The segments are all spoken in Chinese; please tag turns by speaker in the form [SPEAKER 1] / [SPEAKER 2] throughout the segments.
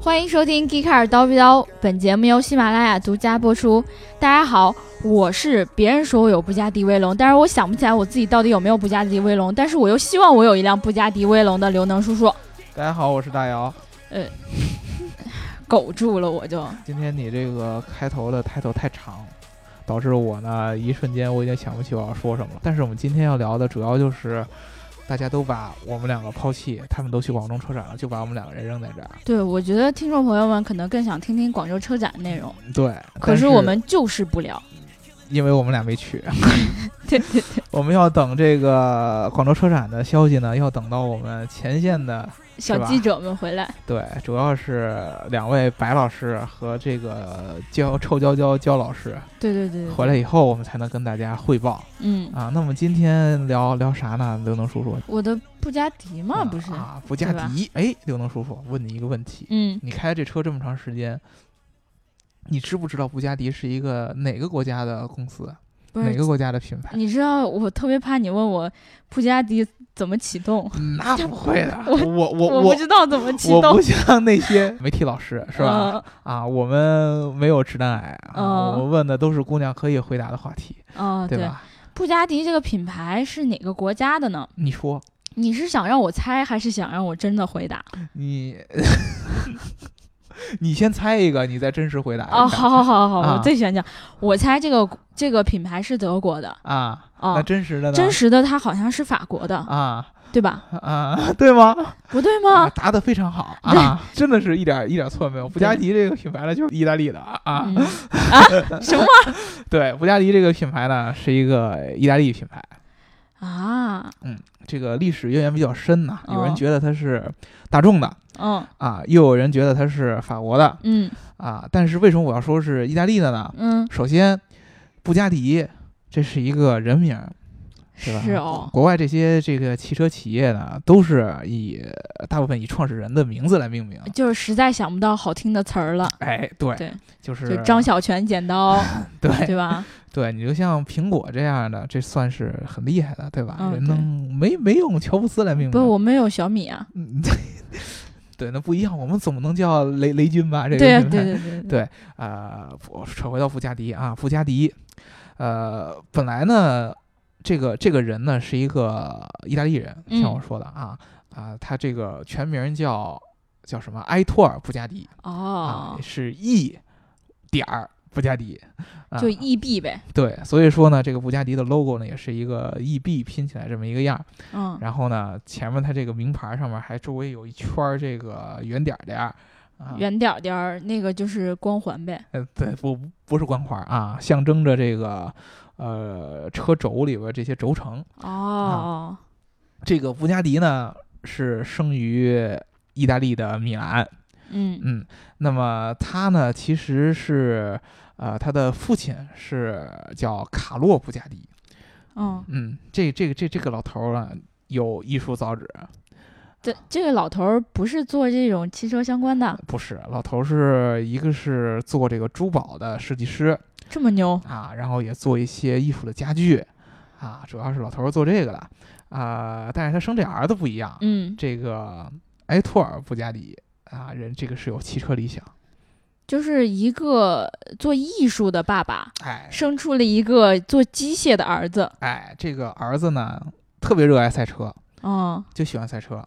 [SPEAKER 1] 欢迎收听《g 卡尔叨逼叨》，本节目由喜马拉雅独家播出。大家好，我是别人说我有布加迪威龙，但是我想不起来我自己到底有没有布加迪威龙，但是我又希望我有一辆布加迪威龙的刘能叔叔，
[SPEAKER 2] 大家好，我是大姚。
[SPEAKER 1] 苟住了我就。
[SPEAKER 2] 今天你这个开头的开头太长，导致我呢一瞬间我已经想不起我要说什么了。但是我们今天要聊的主要就是，大家都把我们两个抛弃，他们都去广州车展了，就把我们两个人扔在这儿。
[SPEAKER 1] 对，我觉得听众朋友们可能更想听听广州车展的内容，
[SPEAKER 2] 对，
[SPEAKER 1] 可
[SPEAKER 2] 但是
[SPEAKER 1] 我们就是不了。
[SPEAKER 2] 因为我们俩没去，
[SPEAKER 1] 对对对，
[SPEAKER 2] 我们要等这个广州车展的消息呢，要等到我们前线的
[SPEAKER 1] 小
[SPEAKER 2] 是吧
[SPEAKER 1] 记者们回来，
[SPEAKER 2] 对，主要是两位白老师和这个焦臭娇娇焦老师
[SPEAKER 1] 对对对对，
[SPEAKER 2] 回来以后，我们才能跟大家汇报。
[SPEAKER 1] 嗯，
[SPEAKER 2] 啊，那么今天聊聊啥呢？刘能叔叔，
[SPEAKER 1] 我的布加迪嘛
[SPEAKER 2] 啊
[SPEAKER 1] 不是，
[SPEAKER 2] 啊，布加
[SPEAKER 1] 对吧
[SPEAKER 2] 迪。哎，刘能叔叔，问你一个问题：
[SPEAKER 1] 嗯，
[SPEAKER 2] 你开这车这么长时间，你知不知道布加迪是一个哪个国家的公司？
[SPEAKER 1] 不
[SPEAKER 2] 哪
[SPEAKER 1] 是
[SPEAKER 2] 个国家的品牌？
[SPEAKER 1] 你知道我特别怕你问我布加迪怎么启动，
[SPEAKER 2] 那不会的，
[SPEAKER 1] 我
[SPEAKER 2] 我我
[SPEAKER 1] 我不知道怎么启
[SPEAKER 2] 我
[SPEAKER 1] 动
[SPEAKER 2] 不，像 那些媒体老师是吧？
[SPEAKER 1] 嗯？
[SPEAKER 2] 啊，我们没有直男癌啊，
[SPEAKER 1] 嗯
[SPEAKER 2] 我们问的都是姑娘可以回答的话题，
[SPEAKER 1] 嗯，
[SPEAKER 2] 对
[SPEAKER 1] 对，
[SPEAKER 2] 吧？
[SPEAKER 1] 布加迪这个品牌是哪个国家的呢？
[SPEAKER 2] 你说
[SPEAKER 1] 你是想让我猜，还是想让我真的回答？
[SPEAKER 2] 你， 你先猜一个，你再真实回答一
[SPEAKER 1] 哦，
[SPEAKER 2] 下
[SPEAKER 1] 好好好好，
[SPEAKER 2] 啊
[SPEAKER 1] 我最喜欢讲，我猜这个这个品牌是德国的
[SPEAKER 2] 啊，
[SPEAKER 1] 啊
[SPEAKER 2] 那，真实的呢？
[SPEAKER 1] 真实的它好像是法国的，
[SPEAKER 2] 啊
[SPEAKER 1] 对吧？
[SPEAKER 2] 啊， 对吗？
[SPEAKER 1] 不对
[SPEAKER 2] 啊，
[SPEAKER 1] 吗？
[SPEAKER 2] 答的非常好啊，真的是一点一点错没有。布加
[SPEAKER 1] 对
[SPEAKER 2] 迪这个品牌呢，就是意大利的啊啊
[SPEAKER 1] 嗯，什么
[SPEAKER 2] 对，布加迪这个品牌呢是一个意大利品牌，
[SPEAKER 1] 啊？
[SPEAKER 2] 这个历史渊源比较深呐。有人
[SPEAKER 1] 哦
[SPEAKER 2] 觉得它是大众的
[SPEAKER 1] 嗯
[SPEAKER 2] 啊，又有人觉得它是法国的
[SPEAKER 1] 嗯
[SPEAKER 2] 啊。但是为什么我要说是意大利的呢？
[SPEAKER 1] 嗯，
[SPEAKER 2] 首先，布加迪这是一个人名儿，对吧？
[SPEAKER 1] 是哦，
[SPEAKER 2] 国外这些这个汽车企业呢，都是以大部分以创始人的名字来命名。
[SPEAKER 1] 就是实在想不到好听的词儿了，
[SPEAKER 2] 哎，对，
[SPEAKER 1] 对
[SPEAKER 2] 就是
[SPEAKER 1] 就张小泉剪刀，对
[SPEAKER 2] 对
[SPEAKER 1] 吧？
[SPEAKER 2] 对，你就像苹果这样的，这算是很厉害的，对吧？
[SPEAKER 1] 嗯
[SPEAKER 2] 人能没没用乔布斯来命名？
[SPEAKER 1] 不，我们有小米啊。
[SPEAKER 2] 嗯， 对，对，那不一样。我们总不能叫雷雷军吧？这个
[SPEAKER 1] 对啊
[SPEAKER 2] 品牌
[SPEAKER 1] 对对对对
[SPEAKER 2] 对啊、我扯回到布加迪啊，布加迪，呃，本来呢，这个这个人呢是一个意大利人，像我
[SPEAKER 1] 嗯
[SPEAKER 2] 说的啊啊、他这个全名叫叫什么埃托尔·布加迪啊、
[SPEAKER 1] 哦，
[SPEAKER 2] 是 E 点儿布加迪，啊
[SPEAKER 1] 就 EB 呗，
[SPEAKER 2] 对，所以说呢，这个布加迪的 logo 呢也是一个 E B 拼起来这么一个样儿，
[SPEAKER 1] 嗯，
[SPEAKER 2] 然后呢，前面它这个名牌上面还周围有一圈儿这个圆点儿点儿。啊
[SPEAKER 1] 圆点儿点儿那个就是光环呗，
[SPEAKER 2] 呃，对，不不是光环儿啊，象征着这个呃车轴里边儿这些轴承。
[SPEAKER 1] 哦，
[SPEAKER 2] 这个布加迪呢是生于意大利的米兰，
[SPEAKER 1] 嗯
[SPEAKER 2] 嗯，那么他呢其实是呃他的父亲是叫卡洛布加迪，
[SPEAKER 1] 嗯，
[SPEAKER 2] 嗯，这这个这这个老头儿啊有艺术造纸，
[SPEAKER 1] 这这个老头儿不是做这种汽车相关的，
[SPEAKER 2] 不是老头儿是一个是做这个珠宝的设计师，
[SPEAKER 1] 这么牛，
[SPEAKER 2] 啊，然后也做一些艺术的家具啊，主要是老头儿做这个的啊、但是他生这儿子不一样，
[SPEAKER 1] 嗯，
[SPEAKER 2] 这个埃托尔·布加迪啊，人这个是有汽车理想，
[SPEAKER 1] 就是一个做艺术的爸爸
[SPEAKER 2] 哎
[SPEAKER 1] 生出了一个做机械的儿子，
[SPEAKER 2] 哎，这个儿子呢特别热爱赛车，
[SPEAKER 1] 嗯
[SPEAKER 2] 就喜欢赛车，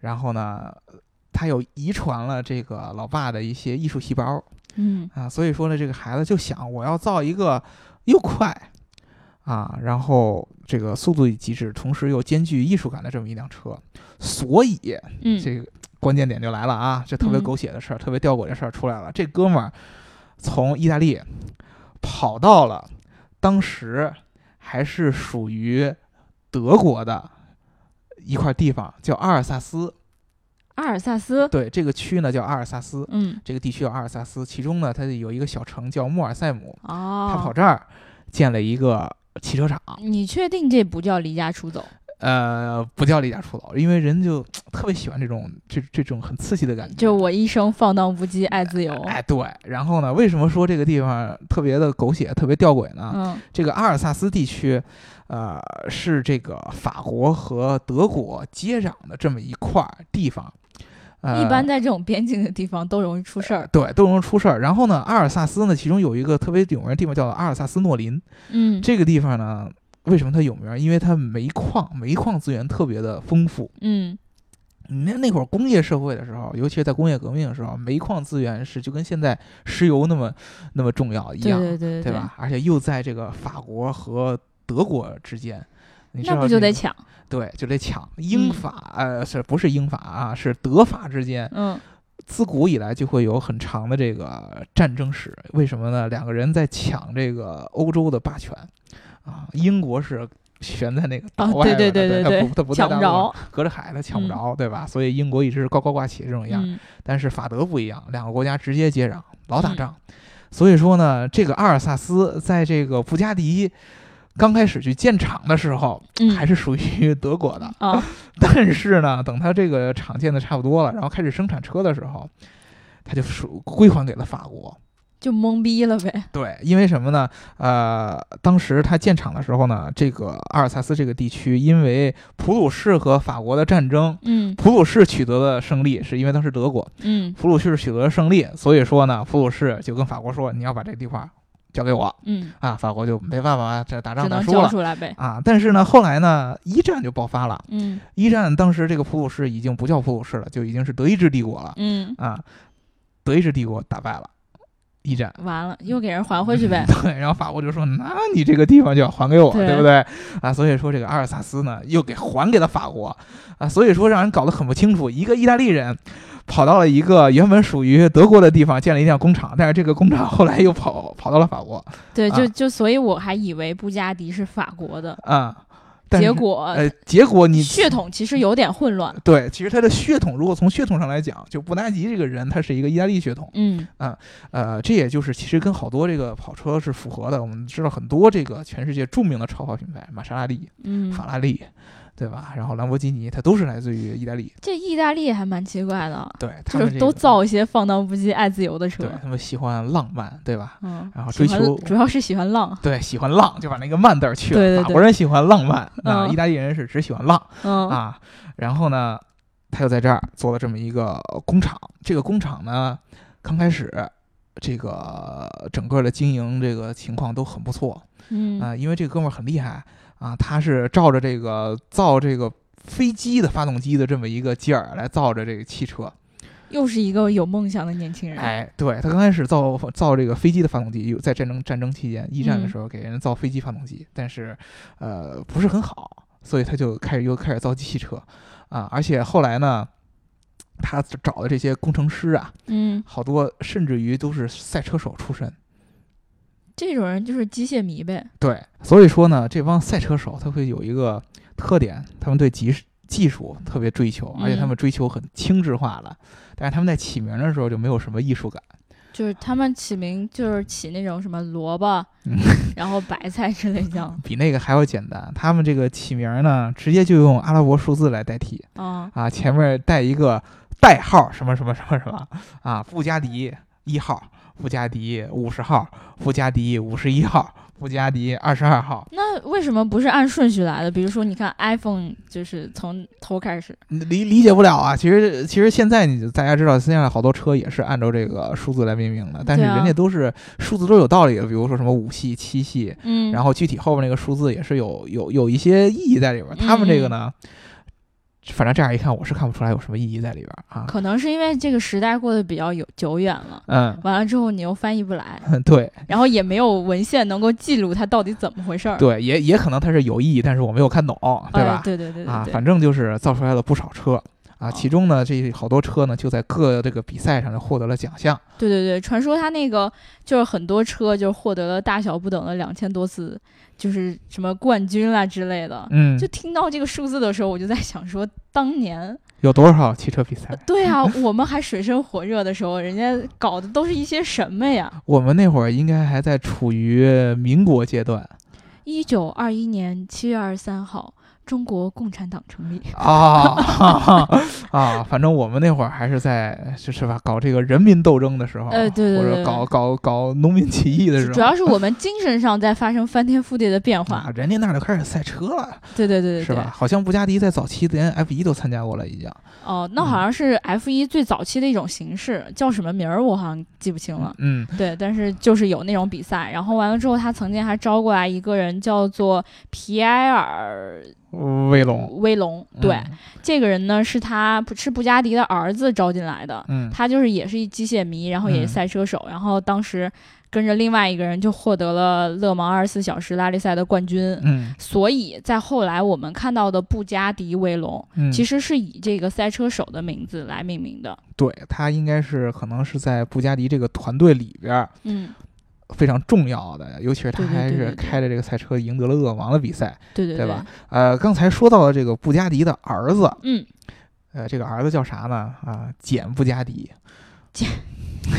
[SPEAKER 2] 然后呢。他有遗传了这个老爸的一些艺术细胞
[SPEAKER 1] 嗯
[SPEAKER 2] 啊，所以说呢，这个孩子就想我要造一个又快啊，然后这个速度与极致，同时又兼具艺术感的这么一辆车，所以
[SPEAKER 1] 嗯，
[SPEAKER 2] 这个关键点就来了啊！这特别
[SPEAKER 1] 嗯
[SPEAKER 2] 狗血的事儿，特别吊诡的事儿出来了。这哥们儿从意大利跑到了当时还是属于德国的一块地方，叫阿尔萨斯。
[SPEAKER 1] 阿尔萨斯，
[SPEAKER 2] 对，这个区呢叫阿尔萨斯，
[SPEAKER 1] 嗯
[SPEAKER 2] 这个地区叫阿尔萨斯。其中呢，它有一个小城叫莫尔塞姆，他跑
[SPEAKER 1] 哦，
[SPEAKER 2] 这儿建了一个汽车厂。
[SPEAKER 1] 你确定这不叫离家出走？
[SPEAKER 2] 呃，不叫离家出走，因为人就特别喜欢这种这这种很刺激的感觉。
[SPEAKER 1] 就我一生放荡不羁，爱自由。
[SPEAKER 2] 哎，对。然后呢，为什么说这个地方特别的狗血，特别吊诡呢？
[SPEAKER 1] 嗯
[SPEAKER 2] 这个阿尔萨斯地区，呃，是这个法国和德国接壤的这么一块儿地方。呃、
[SPEAKER 1] 一般在这种边境的地方都容易出事儿。
[SPEAKER 2] 对都容易出事儿。然后呢，阿尔萨斯呢，其中有一个特别有名的地方叫做阿尔萨斯诺林，
[SPEAKER 1] 嗯
[SPEAKER 2] 这个地方呢。为什么它有名？因为它煤矿，煤矿资源特别的丰富。
[SPEAKER 1] 嗯
[SPEAKER 2] 你那那会儿工业社会的时候，尤其是在工业革命的时候，煤矿资源是就跟现在石油那么那么重要一
[SPEAKER 1] 对
[SPEAKER 2] 样，
[SPEAKER 1] 对对对？
[SPEAKER 2] 吧？而且又在这个法国和德国之间，你知道
[SPEAKER 1] 那不就
[SPEAKER 2] 这
[SPEAKER 1] 得
[SPEAKER 2] 个
[SPEAKER 1] 抢？
[SPEAKER 2] 对就得抢英
[SPEAKER 1] 嗯
[SPEAKER 2] 法、呃是不是英法啊？是德法之间，
[SPEAKER 1] 嗯
[SPEAKER 2] 自古以来就会有很长的这个战争史。为什么呢？两个人在抢这个欧洲的霸权啊，英国是。悬在那个岛
[SPEAKER 1] 啊
[SPEAKER 2] 外
[SPEAKER 1] 对
[SPEAKER 2] 边
[SPEAKER 1] 对对对
[SPEAKER 2] 的，它
[SPEAKER 1] 对
[SPEAKER 2] 不它不在
[SPEAKER 1] 抢
[SPEAKER 2] 大
[SPEAKER 1] 不
[SPEAKER 2] 陆上
[SPEAKER 1] 着。
[SPEAKER 2] 隔着海它抢
[SPEAKER 1] 嗯
[SPEAKER 2] 不着，对吧？所以英国一直是高高挂起这种样。
[SPEAKER 1] 嗯
[SPEAKER 2] 但是法德不一样，两个国家直接接壤，老打仗。所以说呢，这个阿尔萨斯在这个布加迪刚开始去建厂的时候，
[SPEAKER 1] 嗯
[SPEAKER 2] 还是属于德国的。
[SPEAKER 1] 啊
[SPEAKER 2] 但是呢，等他这个厂建的差不多了，然后开始生产车的时候，他就属归还给了法国。
[SPEAKER 1] 就懵逼了呗。
[SPEAKER 2] 对，因为什么呢？呃，当时他建厂的时候呢，这个阿尔萨斯这个地区因为普鲁士和法国的战争，
[SPEAKER 1] 嗯
[SPEAKER 2] 普鲁士取得了胜利，是因为当时德国，
[SPEAKER 1] 嗯
[SPEAKER 2] 普鲁士取得了胜利，所以说呢，普鲁士就跟法国说，你要把这个地块交给我
[SPEAKER 1] 嗯，
[SPEAKER 2] 啊，法国就没办法，这打
[SPEAKER 1] 只
[SPEAKER 2] 仗打
[SPEAKER 1] 能
[SPEAKER 2] 输
[SPEAKER 1] 交
[SPEAKER 2] 了
[SPEAKER 1] 出来 呗。
[SPEAKER 2] 啊。但是呢，后来呢，一战就爆发了，
[SPEAKER 1] 嗯
[SPEAKER 2] 一战当时这个普鲁士已经不叫普鲁士了，就已经是德意志帝国了
[SPEAKER 1] 嗯，
[SPEAKER 2] 啊，德意志帝国打败了一战。
[SPEAKER 1] 完了又给人还回去呗。
[SPEAKER 2] 对，然后法国就说：“那你这个地方就要还给我，
[SPEAKER 1] 对
[SPEAKER 2] 不对？”啊，所以说这个阿尔萨斯呢，又给还给了法国，啊，所以说让人搞得很不清楚。一个意大利人跑到了一个原本属于德国的地方，建了一辆工厂，但是这个工厂后来又跑跑到了法国，
[SPEAKER 1] 对，就
[SPEAKER 2] 啊
[SPEAKER 1] 就所以我还以为布加迪是法国的，
[SPEAKER 2] 啊，但是
[SPEAKER 1] 结果
[SPEAKER 2] 呃，结果你
[SPEAKER 1] 血统其实有点混乱。
[SPEAKER 2] 对，其实他的血统，如果从血统上来讲，就布达吉这个人，他是一个意大利血统，
[SPEAKER 1] 嗯
[SPEAKER 2] 呃，这也就是其实跟好多这个跑车是符合的。我们知道很多这个全世界著名的超跑品牌，玛莎拉蒂、
[SPEAKER 1] 嗯，
[SPEAKER 2] 法拉利，对吧？然后兰博基尼，它都是来自于意大利，
[SPEAKER 1] 这意大利还蛮奇怪的，
[SPEAKER 2] 对，他
[SPEAKER 1] 就
[SPEAKER 2] 们
[SPEAKER 1] 是
[SPEAKER 2] 这
[SPEAKER 1] 都
[SPEAKER 2] 个，
[SPEAKER 1] 造一些放荡不羁、爱自由的车
[SPEAKER 2] 对。他们喜欢浪漫，对吧？
[SPEAKER 1] 嗯，
[SPEAKER 2] 然后
[SPEAKER 1] 喜
[SPEAKER 2] 追
[SPEAKER 1] 欢
[SPEAKER 2] 求
[SPEAKER 1] 主要是喜欢浪。
[SPEAKER 2] 对，喜欢浪就把那个慢字儿去了。
[SPEAKER 1] 对对对
[SPEAKER 2] 法国人喜欢浪漫，那
[SPEAKER 1] 嗯
[SPEAKER 2] 意大利人是只喜欢浪、
[SPEAKER 1] 嗯
[SPEAKER 2] 啊。然后呢，他又在这儿做了这么一个工厂。这个工厂呢，刚开始这个整个的经营这个情况都很不错，
[SPEAKER 1] 嗯
[SPEAKER 2] 啊、因为这个哥们儿很厉害啊，他是照着这个造这个飞机的发动机的这么一个劲儿来造着这个汽车。
[SPEAKER 1] 又是一个有梦想的年轻人。
[SPEAKER 2] 哎，对他刚开始造造这个飞机的发动机，有在战争战争期间，一战的时候给人造飞机发动机，但是呃不是很好，所以他就开始又开始造汽车啊，而且后来呢。他找的这些工程师啊，
[SPEAKER 1] 嗯，
[SPEAKER 2] 好多甚至于都是赛车手出身，
[SPEAKER 1] 这种人就是机械迷呗。
[SPEAKER 2] 对，所以说呢，这帮赛车手他会有一个特点，他们对技技术特别追求，而且他
[SPEAKER 1] 嗯
[SPEAKER 2] 们追求很精致化了。但是他们在起名的时候就没有什么艺术感。
[SPEAKER 1] 就是他们起名就是起那种什么萝卜
[SPEAKER 2] 嗯，
[SPEAKER 1] 然后白菜之类的
[SPEAKER 2] 比那个还要简单。他们这个起名呢，直接就用阿拉伯数字来代替
[SPEAKER 1] 啊。
[SPEAKER 2] 啊，前面带一个代号什么什么什么什么啊，布加迪一号，布加迪五十号，布加迪五十一号，布加迪二十二号。
[SPEAKER 1] 那为什么不是按顺序来的？比如说，你看 iPhone 就是从头开始，
[SPEAKER 2] 你理理解不了啊！其实其实现在你就大家知道，现在好多车也是按照这个数字来命名的，但是
[SPEAKER 1] 对啊
[SPEAKER 2] 人家都是数字都有道理的，比如说什么五系、七系，
[SPEAKER 1] 嗯，
[SPEAKER 2] 然
[SPEAKER 1] 后
[SPEAKER 2] 后具体后面那个数字也是有有有一些意义在里边儿。他们这
[SPEAKER 1] 嗯
[SPEAKER 2] 个呢，反正这样一看，我是看不出来有什么意义在里边儿啊。
[SPEAKER 1] 可能是因为这个时代过得比较有久远了。
[SPEAKER 2] 嗯，
[SPEAKER 1] 完了之后你又翻译不来，
[SPEAKER 2] 对
[SPEAKER 1] 然后也没有文献能够记录它到底怎么回事儿，
[SPEAKER 2] 对，也也可能它是有意义，但是我没有看懂，对吧
[SPEAKER 1] 哎？对对对对
[SPEAKER 2] 啊，
[SPEAKER 1] 对，哦
[SPEAKER 2] 反正就是造出来了不少车啊，其中呢，这好多车呢就在各这个比赛上就获得了奖项。
[SPEAKER 1] 对对对，传说他那个就是很多车就是获得了大小不等的两千多次，就是什么冠军啦之类的。
[SPEAKER 2] 嗯
[SPEAKER 1] 就，听到这个数字的时候，我就在想说，当 年
[SPEAKER 2] 有多少汽车比赛？
[SPEAKER 1] 对啊，我们还水深火热的时候，人家搞的都是一些什么 呀？
[SPEAKER 2] 我们那会儿应该还在处于民国阶段，
[SPEAKER 1] 一九二一年七月二十三号，中国共产党成立。
[SPEAKER 2] 啊啊！反正我们那会儿还是在就是吧，搞这个人民斗争的时候，
[SPEAKER 1] 呃对对
[SPEAKER 2] 或
[SPEAKER 1] 对
[SPEAKER 2] 者搞搞搞农民起义的时候，
[SPEAKER 1] 主要是我们精神上在发生翻天覆地的变化
[SPEAKER 2] 啊，。人家那儿就开始赛车了，
[SPEAKER 1] 对对对对
[SPEAKER 2] 是
[SPEAKER 1] 对
[SPEAKER 2] 吧？。好像布加迪在早期连 F 一都参加过了，已经。
[SPEAKER 1] 哦，
[SPEAKER 2] 嗯
[SPEAKER 1] 那好像是 F 一最早期的一种形式，叫什么名儿我好像记不清了。
[SPEAKER 2] 嗯，
[SPEAKER 1] 对，但是就是有那种比赛，然后完了之后，他曾经还招过来一个人，叫做皮埃尔
[SPEAKER 2] 威龙。嗯
[SPEAKER 1] 威龙。对，这个人呢是他不是布加迪的儿子招进来的，
[SPEAKER 2] 嗯，嗯，
[SPEAKER 1] 他就是也是一机械迷，然后也是
[SPEAKER 2] 嗯
[SPEAKER 1] 赛车手，然后当时跟着另外一个人就获得了勒芒二十四小时拉力赛的冠军。
[SPEAKER 2] 嗯
[SPEAKER 1] 所以在后来我们看到的布加迪威龙，
[SPEAKER 2] 嗯，
[SPEAKER 1] 其
[SPEAKER 2] 实
[SPEAKER 1] 实是以这个赛车手的名字来命名的。
[SPEAKER 2] 对他应该是可能是在布加迪这个团队里边儿
[SPEAKER 1] 嗯，
[SPEAKER 2] 非常重要的，尤其是他
[SPEAKER 1] 对对
[SPEAKER 2] 还
[SPEAKER 1] 对
[SPEAKER 2] 是
[SPEAKER 1] 对对
[SPEAKER 2] 开着这个赛车赢得了恶王的比赛。
[SPEAKER 1] 对对
[SPEAKER 2] 对吧？呃，刚才说到了这个布加迪的儿子，
[SPEAKER 1] 嗯，
[SPEAKER 2] 呃，这个儿子叫啥呢？啊，简布加迪，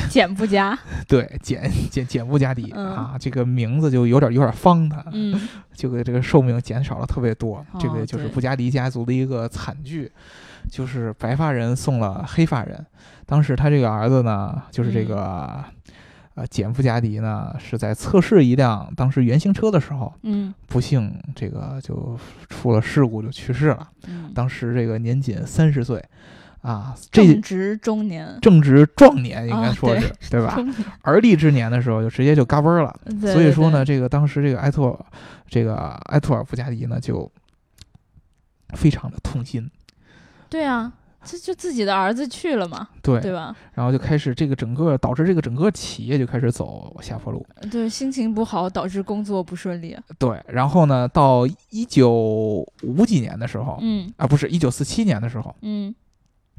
[SPEAKER 1] 简不加。
[SPEAKER 2] 对，简简简布加迪、
[SPEAKER 1] 嗯
[SPEAKER 2] 啊，这个名字就有点有点方他，
[SPEAKER 1] 嗯，
[SPEAKER 2] 这个这个寿命减少了特别多，这
[SPEAKER 1] 哦
[SPEAKER 2] 个就是
[SPEAKER 1] 对
[SPEAKER 2] 布加迪家族的一个惨剧，就是白发人送了黑发人。当时他这个儿子呢，就是这
[SPEAKER 1] 嗯
[SPEAKER 2] 个、呃简布加迪呢，是在测试一辆当时原型车的时候，
[SPEAKER 1] 嗯
[SPEAKER 2] 不幸这个就出了事故就去世了。
[SPEAKER 1] 嗯，
[SPEAKER 2] 当时这个年仅三十岁，啊，这
[SPEAKER 1] 正值中年，
[SPEAKER 2] 正值壮年，应该
[SPEAKER 1] 啊
[SPEAKER 2] 说
[SPEAKER 1] 对
[SPEAKER 2] 是、对吧？
[SPEAKER 1] 中年
[SPEAKER 2] 而立之年的时候，就直接就嘎嘣儿了。
[SPEAKER 1] 对
[SPEAKER 2] 所以
[SPEAKER 1] 对
[SPEAKER 2] 说呢，
[SPEAKER 1] 对
[SPEAKER 2] 这个当时这个埃托尔，这个埃托尔布加迪呢，就非常的痛心，
[SPEAKER 1] 对啊，这就自己的儿子去了嘛，
[SPEAKER 2] 对，
[SPEAKER 1] 对吧？
[SPEAKER 2] 然后就开始这个整个导致这个整个企业就开始走下坡路，
[SPEAKER 1] 对，心情不好导致工作不顺利。
[SPEAKER 2] 对。然后呢，到一九五几年的时候，
[SPEAKER 1] 嗯
[SPEAKER 2] 啊，不是一九四七年的时候，
[SPEAKER 1] 嗯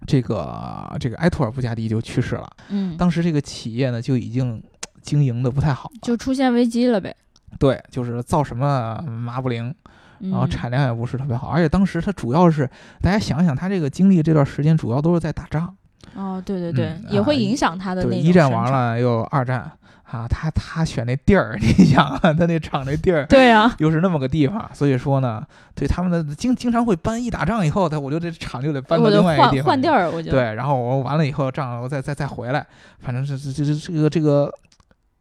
[SPEAKER 2] 这个这个埃托尔布加迪就去世了。
[SPEAKER 1] 嗯，
[SPEAKER 2] 当时这个企业呢就已经嘖经营的不太好了，
[SPEAKER 1] 就出现危机了呗。
[SPEAKER 2] 对，就是造什么麻不灵，然后
[SPEAKER 1] 嗯
[SPEAKER 2] 产量也不是特别好，而且当时它主要是大家想想，它这个经历这段时间主要都是在打仗，
[SPEAKER 1] 哦，对对对
[SPEAKER 2] 嗯，
[SPEAKER 1] 也会
[SPEAKER 2] 啊
[SPEAKER 1] 影响他的那
[SPEAKER 2] 对，
[SPEAKER 1] 种
[SPEAKER 2] 一战
[SPEAKER 1] 生
[SPEAKER 2] 完
[SPEAKER 1] 产。
[SPEAKER 2] 了又二战啊，他他选那地儿， 你想啊，他那厂那地儿。
[SPEAKER 1] 对啊，
[SPEAKER 2] 又是那么个地方，所以说呢，对他们的经经常会搬，一打仗以后，他我就这厂就得搬到
[SPEAKER 1] 我就
[SPEAKER 2] 另外一个地
[SPEAKER 1] 换
[SPEAKER 2] 方
[SPEAKER 1] 换
[SPEAKER 2] 去
[SPEAKER 1] 地儿，我就
[SPEAKER 2] 对，然后我完了以后仗我再再再回来，反正这这这这这个这个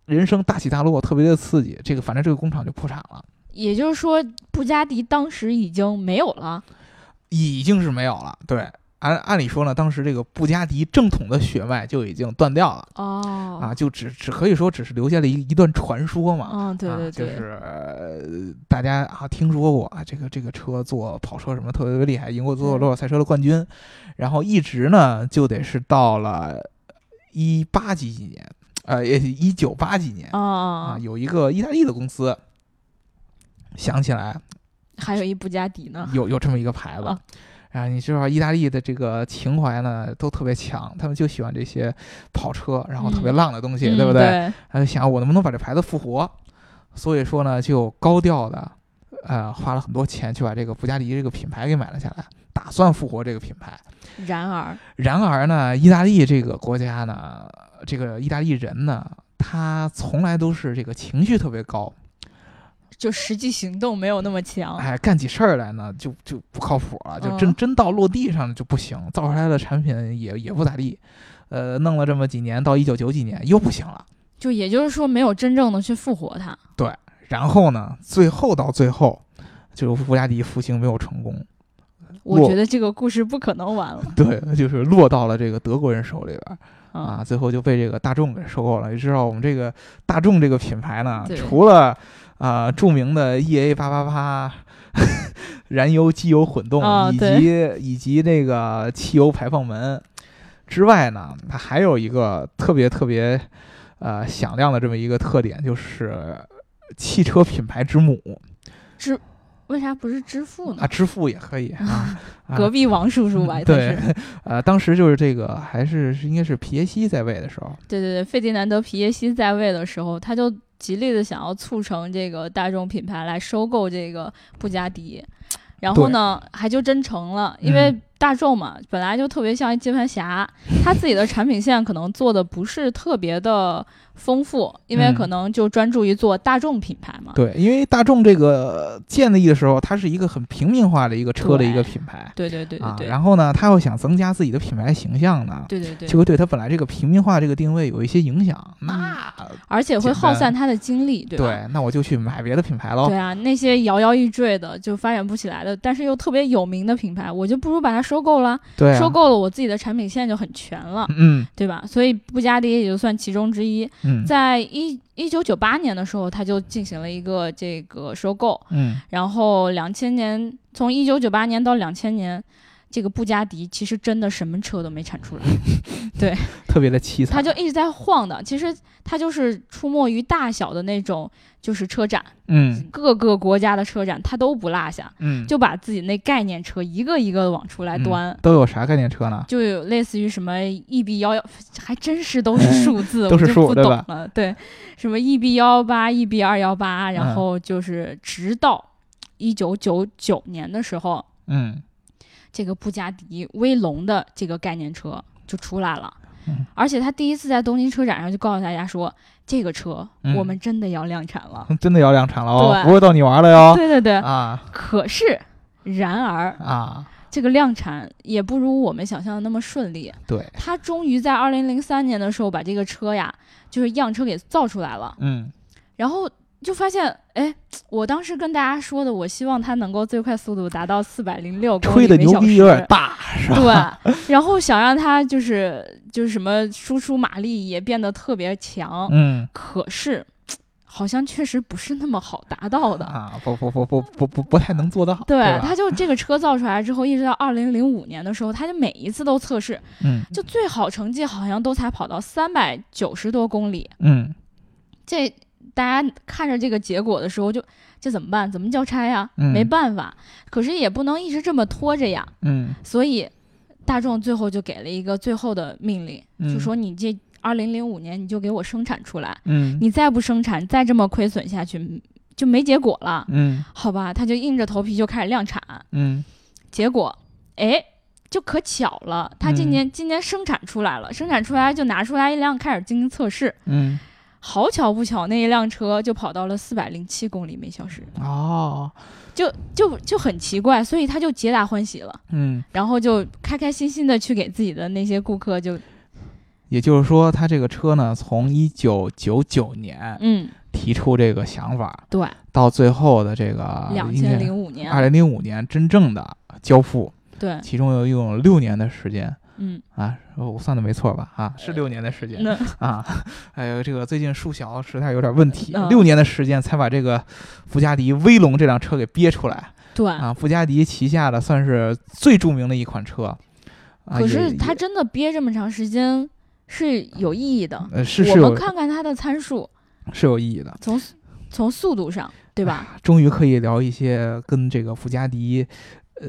[SPEAKER 2] 人生大起大落，特别的刺激。这个反正这个工厂就破产了，
[SPEAKER 1] 也就是说，布加迪当时已经没有了。
[SPEAKER 2] 已经是没有了。对，按按理说呢，当时这个布加迪正统的血脉就已经断掉了、
[SPEAKER 1] 哦
[SPEAKER 2] 啊，，就只只可以说只是留下了一一段传说嘛。
[SPEAKER 1] 嗯，对对
[SPEAKER 2] 啊、就
[SPEAKER 1] 对，
[SPEAKER 2] 是、呃大家啊听说过啊，这个这个车做跑车什么特别特别厉害，赢过所有
[SPEAKER 1] 嗯
[SPEAKER 2] 罗尔赛车的冠军，然后一直呢就得是到了一八几几年，呃，也一九八几年、
[SPEAKER 1] 啊
[SPEAKER 2] 啊，
[SPEAKER 1] 啊，
[SPEAKER 2] 有一个意大利的公司想起来
[SPEAKER 1] 还有一布加迪 呢。
[SPEAKER 2] 有有这么一个牌子。
[SPEAKER 1] 啊
[SPEAKER 2] 然后你知道意大利的这个情怀呢，都特别强，他们就喜欢这些跑车，然后特别
[SPEAKER 1] 嗯
[SPEAKER 2] 浪的东西，
[SPEAKER 1] 嗯
[SPEAKER 2] 对不
[SPEAKER 1] 对？
[SPEAKER 2] 他就想我能不能把这牌子复活，所以说呢，就高调的，呃，花了很多钱去把这个布加迪这个品牌给买了下来，打算复活这个品牌。
[SPEAKER 1] 然而，
[SPEAKER 2] 然而呢，意大利这个国家呢，这个意大利人呢，他从来都是这个情绪特别高，
[SPEAKER 1] 就实际行动没有那么强。
[SPEAKER 2] 哎，干起事儿来呢就就不靠谱了，就真
[SPEAKER 1] 嗯
[SPEAKER 2] 真到落地上就不行，造出来的产品也也不咋地，呃，弄了这么几年，到一九九几年又不行了。
[SPEAKER 1] 就也就是说，没有真正的去复活它。
[SPEAKER 2] 然后呢，最后到最后，就是布加迪复兴没有成功，
[SPEAKER 1] 我
[SPEAKER 2] 我
[SPEAKER 1] 觉得这个故事不可能完了。
[SPEAKER 2] 对，就是落到了这个德国人手里边儿
[SPEAKER 1] 啊
[SPEAKER 2] 啊，最后就被这个大众给收购了。你知道我们这个大众这个品牌呢
[SPEAKER 1] 对，
[SPEAKER 2] 除了啊、呃著名的 EA 八八八 燃油机油混动、
[SPEAKER 1] 啊
[SPEAKER 2] 以及
[SPEAKER 1] 对
[SPEAKER 2] 以及那个汽油排放门之外呢，它还有一个特别特别呃响亮的这么一个特点，就是汽车品牌之母。
[SPEAKER 1] 为啥不是支付呢
[SPEAKER 2] 啊，？支付也可以 啊啊。
[SPEAKER 1] 隔壁王叔叔吧，
[SPEAKER 2] 嗯
[SPEAKER 1] 他
[SPEAKER 2] 对
[SPEAKER 1] 是，
[SPEAKER 2] 呃，当时就是这个，还是是应该是皮耶西在位的时候，
[SPEAKER 1] 对对对，费迪南德皮耶西在位的时候，他就极力的想要促成这个大众品牌来收购这个布加迪，然后呢，还就真成了，因为
[SPEAKER 2] 嗯
[SPEAKER 1] 大众嘛，本来就特别像一接盘侠，他自己的产品线可能做的不是特别的丰富，因为
[SPEAKER 2] 嗯
[SPEAKER 1] 可能就专注于做大众品牌嘛。
[SPEAKER 2] 对，因为大众这个呃建立的时候，它是一个很平民化的一个车的一个
[SPEAKER 1] 对
[SPEAKER 2] 品牌
[SPEAKER 1] 对对对对
[SPEAKER 2] 啊，
[SPEAKER 1] 对，
[SPEAKER 2] 然后呢，他又想增加自己的品牌形象呢，
[SPEAKER 1] 对对对
[SPEAKER 2] 就，会对他本来这个平民化这个定位有一些影响。那
[SPEAKER 1] 而且会
[SPEAKER 2] 简
[SPEAKER 1] 耗
[SPEAKER 2] 单
[SPEAKER 1] 散他的精力，对吧？
[SPEAKER 2] 对，那我就去买别的品牌喽
[SPEAKER 1] 对。啊，那些摇摇欲坠的，就发展不起来的，但是又特别有名的品牌，我就不如把它收购了。
[SPEAKER 2] 对啊，
[SPEAKER 1] 收购了，我自己的产品线就很全了，
[SPEAKER 2] 嗯
[SPEAKER 1] 对吧？所以布加迪也就算其中之一。
[SPEAKER 2] 嗯
[SPEAKER 1] 在一一九九八年的时候，它就进行了一个这个收购，
[SPEAKER 2] 嗯
[SPEAKER 1] 然后两千年，从一九九八年到两千年。这个布加迪其实真的什么车都没产 出来，
[SPEAKER 2] 嗯，特别的凄惨。
[SPEAKER 1] 它就一直在晃荡。其实它就是出没于大小的那种，就是车展，
[SPEAKER 2] 嗯
[SPEAKER 1] 各个国家的车展它都不落下。
[SPEAKER 2] 嗯，
[SPEAKER 1] 就把自己那概念车一个一个往出来端，
[SPEAKER 2] 嗯都有啥概念车呢？
[SPEAKER 1] 就有类似于什么 EB 幺幺，还真是都是数字，
[SPEAKER 2] 哎都是数
[SPEAKER 1] 我就不懂
[SPEAKER 2] 对吧
[SPEAKER 1] 了。对，什么 EB 幺八、EB 二幺八，
[SPEAKER 2] 嗯
[SPEAKER 1] 然后就是直到一九九九年的时候，
[SPEAKER 2] 嗯
[SPEAKER 1] 这个布加迪威龙的这个概念车就出来了。
[SPEAKER 2] 嗯
[SPEAKER 1] 而且他第一次在东京车展上就告诉大家说，这个车
[SPEAKER 2] 嗯
[SPEAKER 1] 我们真的要量产了。
[SPEAKER 2] 真的要量产了哦
[SPEAKER 1] 对，
[SPEAKER 2] 不会逗你玩儿了哟。
[SPEAKER 1] 对对对，
[SPEAKER 2] 啊
[SPEAKER 1] 可是然而
[SPEAKER 2] 啊，
[SPEAKER 1] 这个量产也不如我们想象的那么顺利。
[SPEAKER 2] 对，
[SPEAKER 1] 他终于在二零零三年的时候把这个车呀，就是样车给造出来了，
[SPEAKER 2] 嗯
[SPEAKER 1] 然后就发现，哎，我当时跟大家说的，我希望它能够最快速度达到四百零六公
[SPEAKER 2] 吹
[SPEAKER 1] 里
[SPEAKER 2] 的
[SPEAKER 1] 每
[SPEAKER 2] 牛
[SPEAKER 1] 小
[SPEAKER 2] 逼有点
[SPEAKER 1] 时。
[SPEAKER 2] 大，是吧？
[SPEAKER 1] 对，然后想让它就是就是什么输出马力也变得特别强，
[SPEAKER 2] 嗯
[SPEAKER 1] 可是好像确实不是那么好达到的。
[SPEAKER 2] 啊，不不不不不不不太能做到，对
[SPEAKER 1] 对，
[SPEAKER 2] 吧
[SPEAKER 1] 它就这个车造出来之后，一直到二零零五年的时候，它就每一次都测试，
[SPEAKER 2] 嗯
[SPEAKER 1] 就最好成绩好像都才跑到三百九十多公里。
[SPEAKER 2] 嗯
[SPEAKER 1] 这大家看着这个结果的时候就，这怎么办？怎么交差呀？
[SPEAKER 2] 嗯
[SPEAKER 1] 没办法，可是也不能一直这么拖着呀。
[SPEAKER 2] 嗯
[SPEAKER 1] 所以，大众最后就给了一个最后的命令，
[SPEAKER 2] 嗯
[SPEAKER 1] 就说你这二零零五年你就给我生产出来，
[SPEAKER 2] 嗯
[SPEAKER 1] 你再不生产，再这么亏损下去就没结果了，
[SPEAKER 2] 嗯
[SPEAKER 1] 好吧？他就硬着头皮就开始量产，
[SPEAKER 2] 嗯
[SPEAKER 1] 结果，哎。就可巧了，他今
[SPEAKER 2] 嗯
[SPEAKER 1] 年、今年生产出来了，生产出来就拿出来一辆开始进行测试，
[SPEAKER 2] 嗯
[SPEAKER 1] 好巧不巧，那一辆车就跑到了四百零七公里每小时，
[SPEAKER 2] 哦
[SPEAKER 1] 就就就很奇怪，所以他就皆大欢喜了，
[SPEAKER 2] 嗯，
[SPEAKER 1] 然后就开开心心的去给自己的那些顾客就
[SPEAKER 2] 也就是说，他这个车呢，从一九九九年
[SPEAKER 1] 嗯
[SPEAKER 2] 提出这个想法，
[SPEAKER 1] 对，
[SPEAKER 2] 到最后的这个
[SPEAKER 1] 两千零五年
[SPEAKER 2] 啊二零零五年真正的交付，嗯
[SPEAKER 1] 对
[SPEAKER 2] 其中又用了六年的时间。
[SPEAKER 1] 嗯
[SPEAKER 2] 啊，我算的没错吧？啊，是六年的时间
[SPEAKER 1] 那
[SPEAKER 2] 啊！哎呦，这个最近数小实在有点问题
[SPEAKER 1] 嗯，
[SPEAKER 2] 六年的时间才把这个布加迪威龙这辆车给憋出来
[SPEAKER 1] 对，
[SPEAKER 2] 啊！布加迪旗下的算是最著名的一款车，啊、
[SPEAKER 1] 可
[SPEAKER 2] 也
[SPEAKER 1] 是
[SPEAKER 2] 也
[SPEAKER 1] 他真的憋这么长时间是有意义的，
[SPEAKER 2] 呃是
[SPEAKER 1] 我
[SPEAKER 2] 是
[SPEAKER 1] 们
[SPEAKER 2] 有
[SPEAKER 1] 看看他的参数，
[SPEAKER 2] 是有意义的，
[SPEAKER 1] 从从速度上对吧？
[SPEAKER 2] 啊终于可以聊一些跟这个布加迪。呃，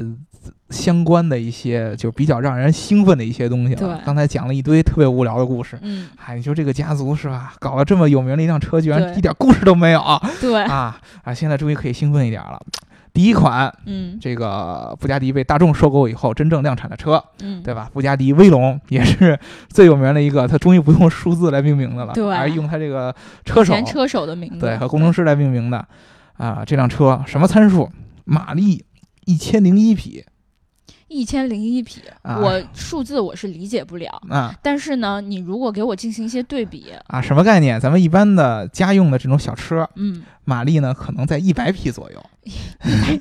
[SPEAKER 2] 相关的一些就比较让人兴奋的一些东西了
[SPEAKER 1] 对。
[SPEAKER 2] 刚才讲了一堆特别无聊的故事，
[SPEAKER 1] 嗯，
[SPEAKER 2] 哎，你说这个家族是吧？搞了这么有名的一辆车，居然
[SPEAKER 1] 对
[SPEAKER 2] 一点故事都没有啊！
[SPEAKER 1] 对，
[SPEAKER 2] 啊啊！现在终于可以兴奋一点了。第一款
[SPEAKER 1] 嗯
[SPEAKER 2] 这个布加迪被大众收购以后真正量产的车，
[SPEAKER 1] 嗯，
[SPEAKER 2] 对吧？布加迪威龙也是 最有名的一个，它终于不用数字来命名的了，
[SPEAKER 1] 对
[SPEAKER 2] 而用它这个车手
[SPEAKER 1] 前车手的名字，
[SPEAKER 2] 对和工程师来命名的。啊，这辆车什么参数？马力一千零一匹
[SPEAKER 1] 一千零一匹，
[SPEAKER 2] 啊
[SPEAKER 1] 我数字我是理解不了。
[SPEAKER 2] 啊
[SPEAKER 1] 但是呢，你如果给我进行一些对比，
[SPEAKER 2] 啊，什么概念？咱们一般的家用的这种小车，
[SPEAKER 1] 嗯，
[SPEAKER 2] 马力呢可能在一百匹左右。
[SPEAKER 1] 人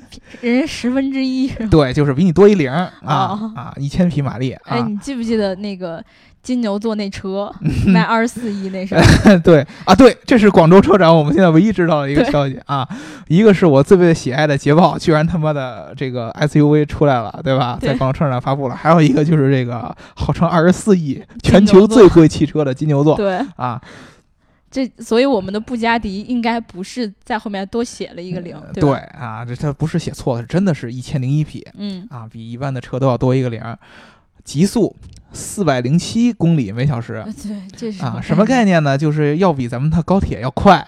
[SPEAKER 1] 家十分之一。
[SPEAKER 2] 对，就是比你多一零啊、
[SPEAKER 1] 哦
[SPEAKER 2] 啊，一千匹马力啊。
[SPEAKER 1] 哎，你记不记得那个金牛座那 车卖二十四亿那啥？
[SPEAKER 2] 对啊，对，这是广州车展我们现在唯一知道的一个
[SPEAKER 1] 对
[SPEAKER 2] 消息啊。一个是我最被喜爱的捷豹，居然他妈的这个 SUV 出来了，对吧？
[SPEAKER 1] 对
[SPEAKER 2] 在广州车展发布了。还有一个就是这个号称二十四亿全球最贵汽车的金牛座
[SPEAKER 1] 对，
[SPEAKER 2] 啊，
[SPEAKER 1] 这所以我们的布加迪应该不是在后面多写了一个零，
[SPEAKER 2] 对
[SPEAKER 1] 吧？
[SPEAKER 2] 啊，这它不是写错了，是真的是一千零一匹
[SPEAKER 1] 嗯，
[SPEAKER 2] 啊，比一般的车都要多一个零儿。极速四百零七公里每小时。
[SPEAKER 1] 对，这是
[SPEAKER 2] 啊，什么概念呢？就是要比咱们的高铁要快，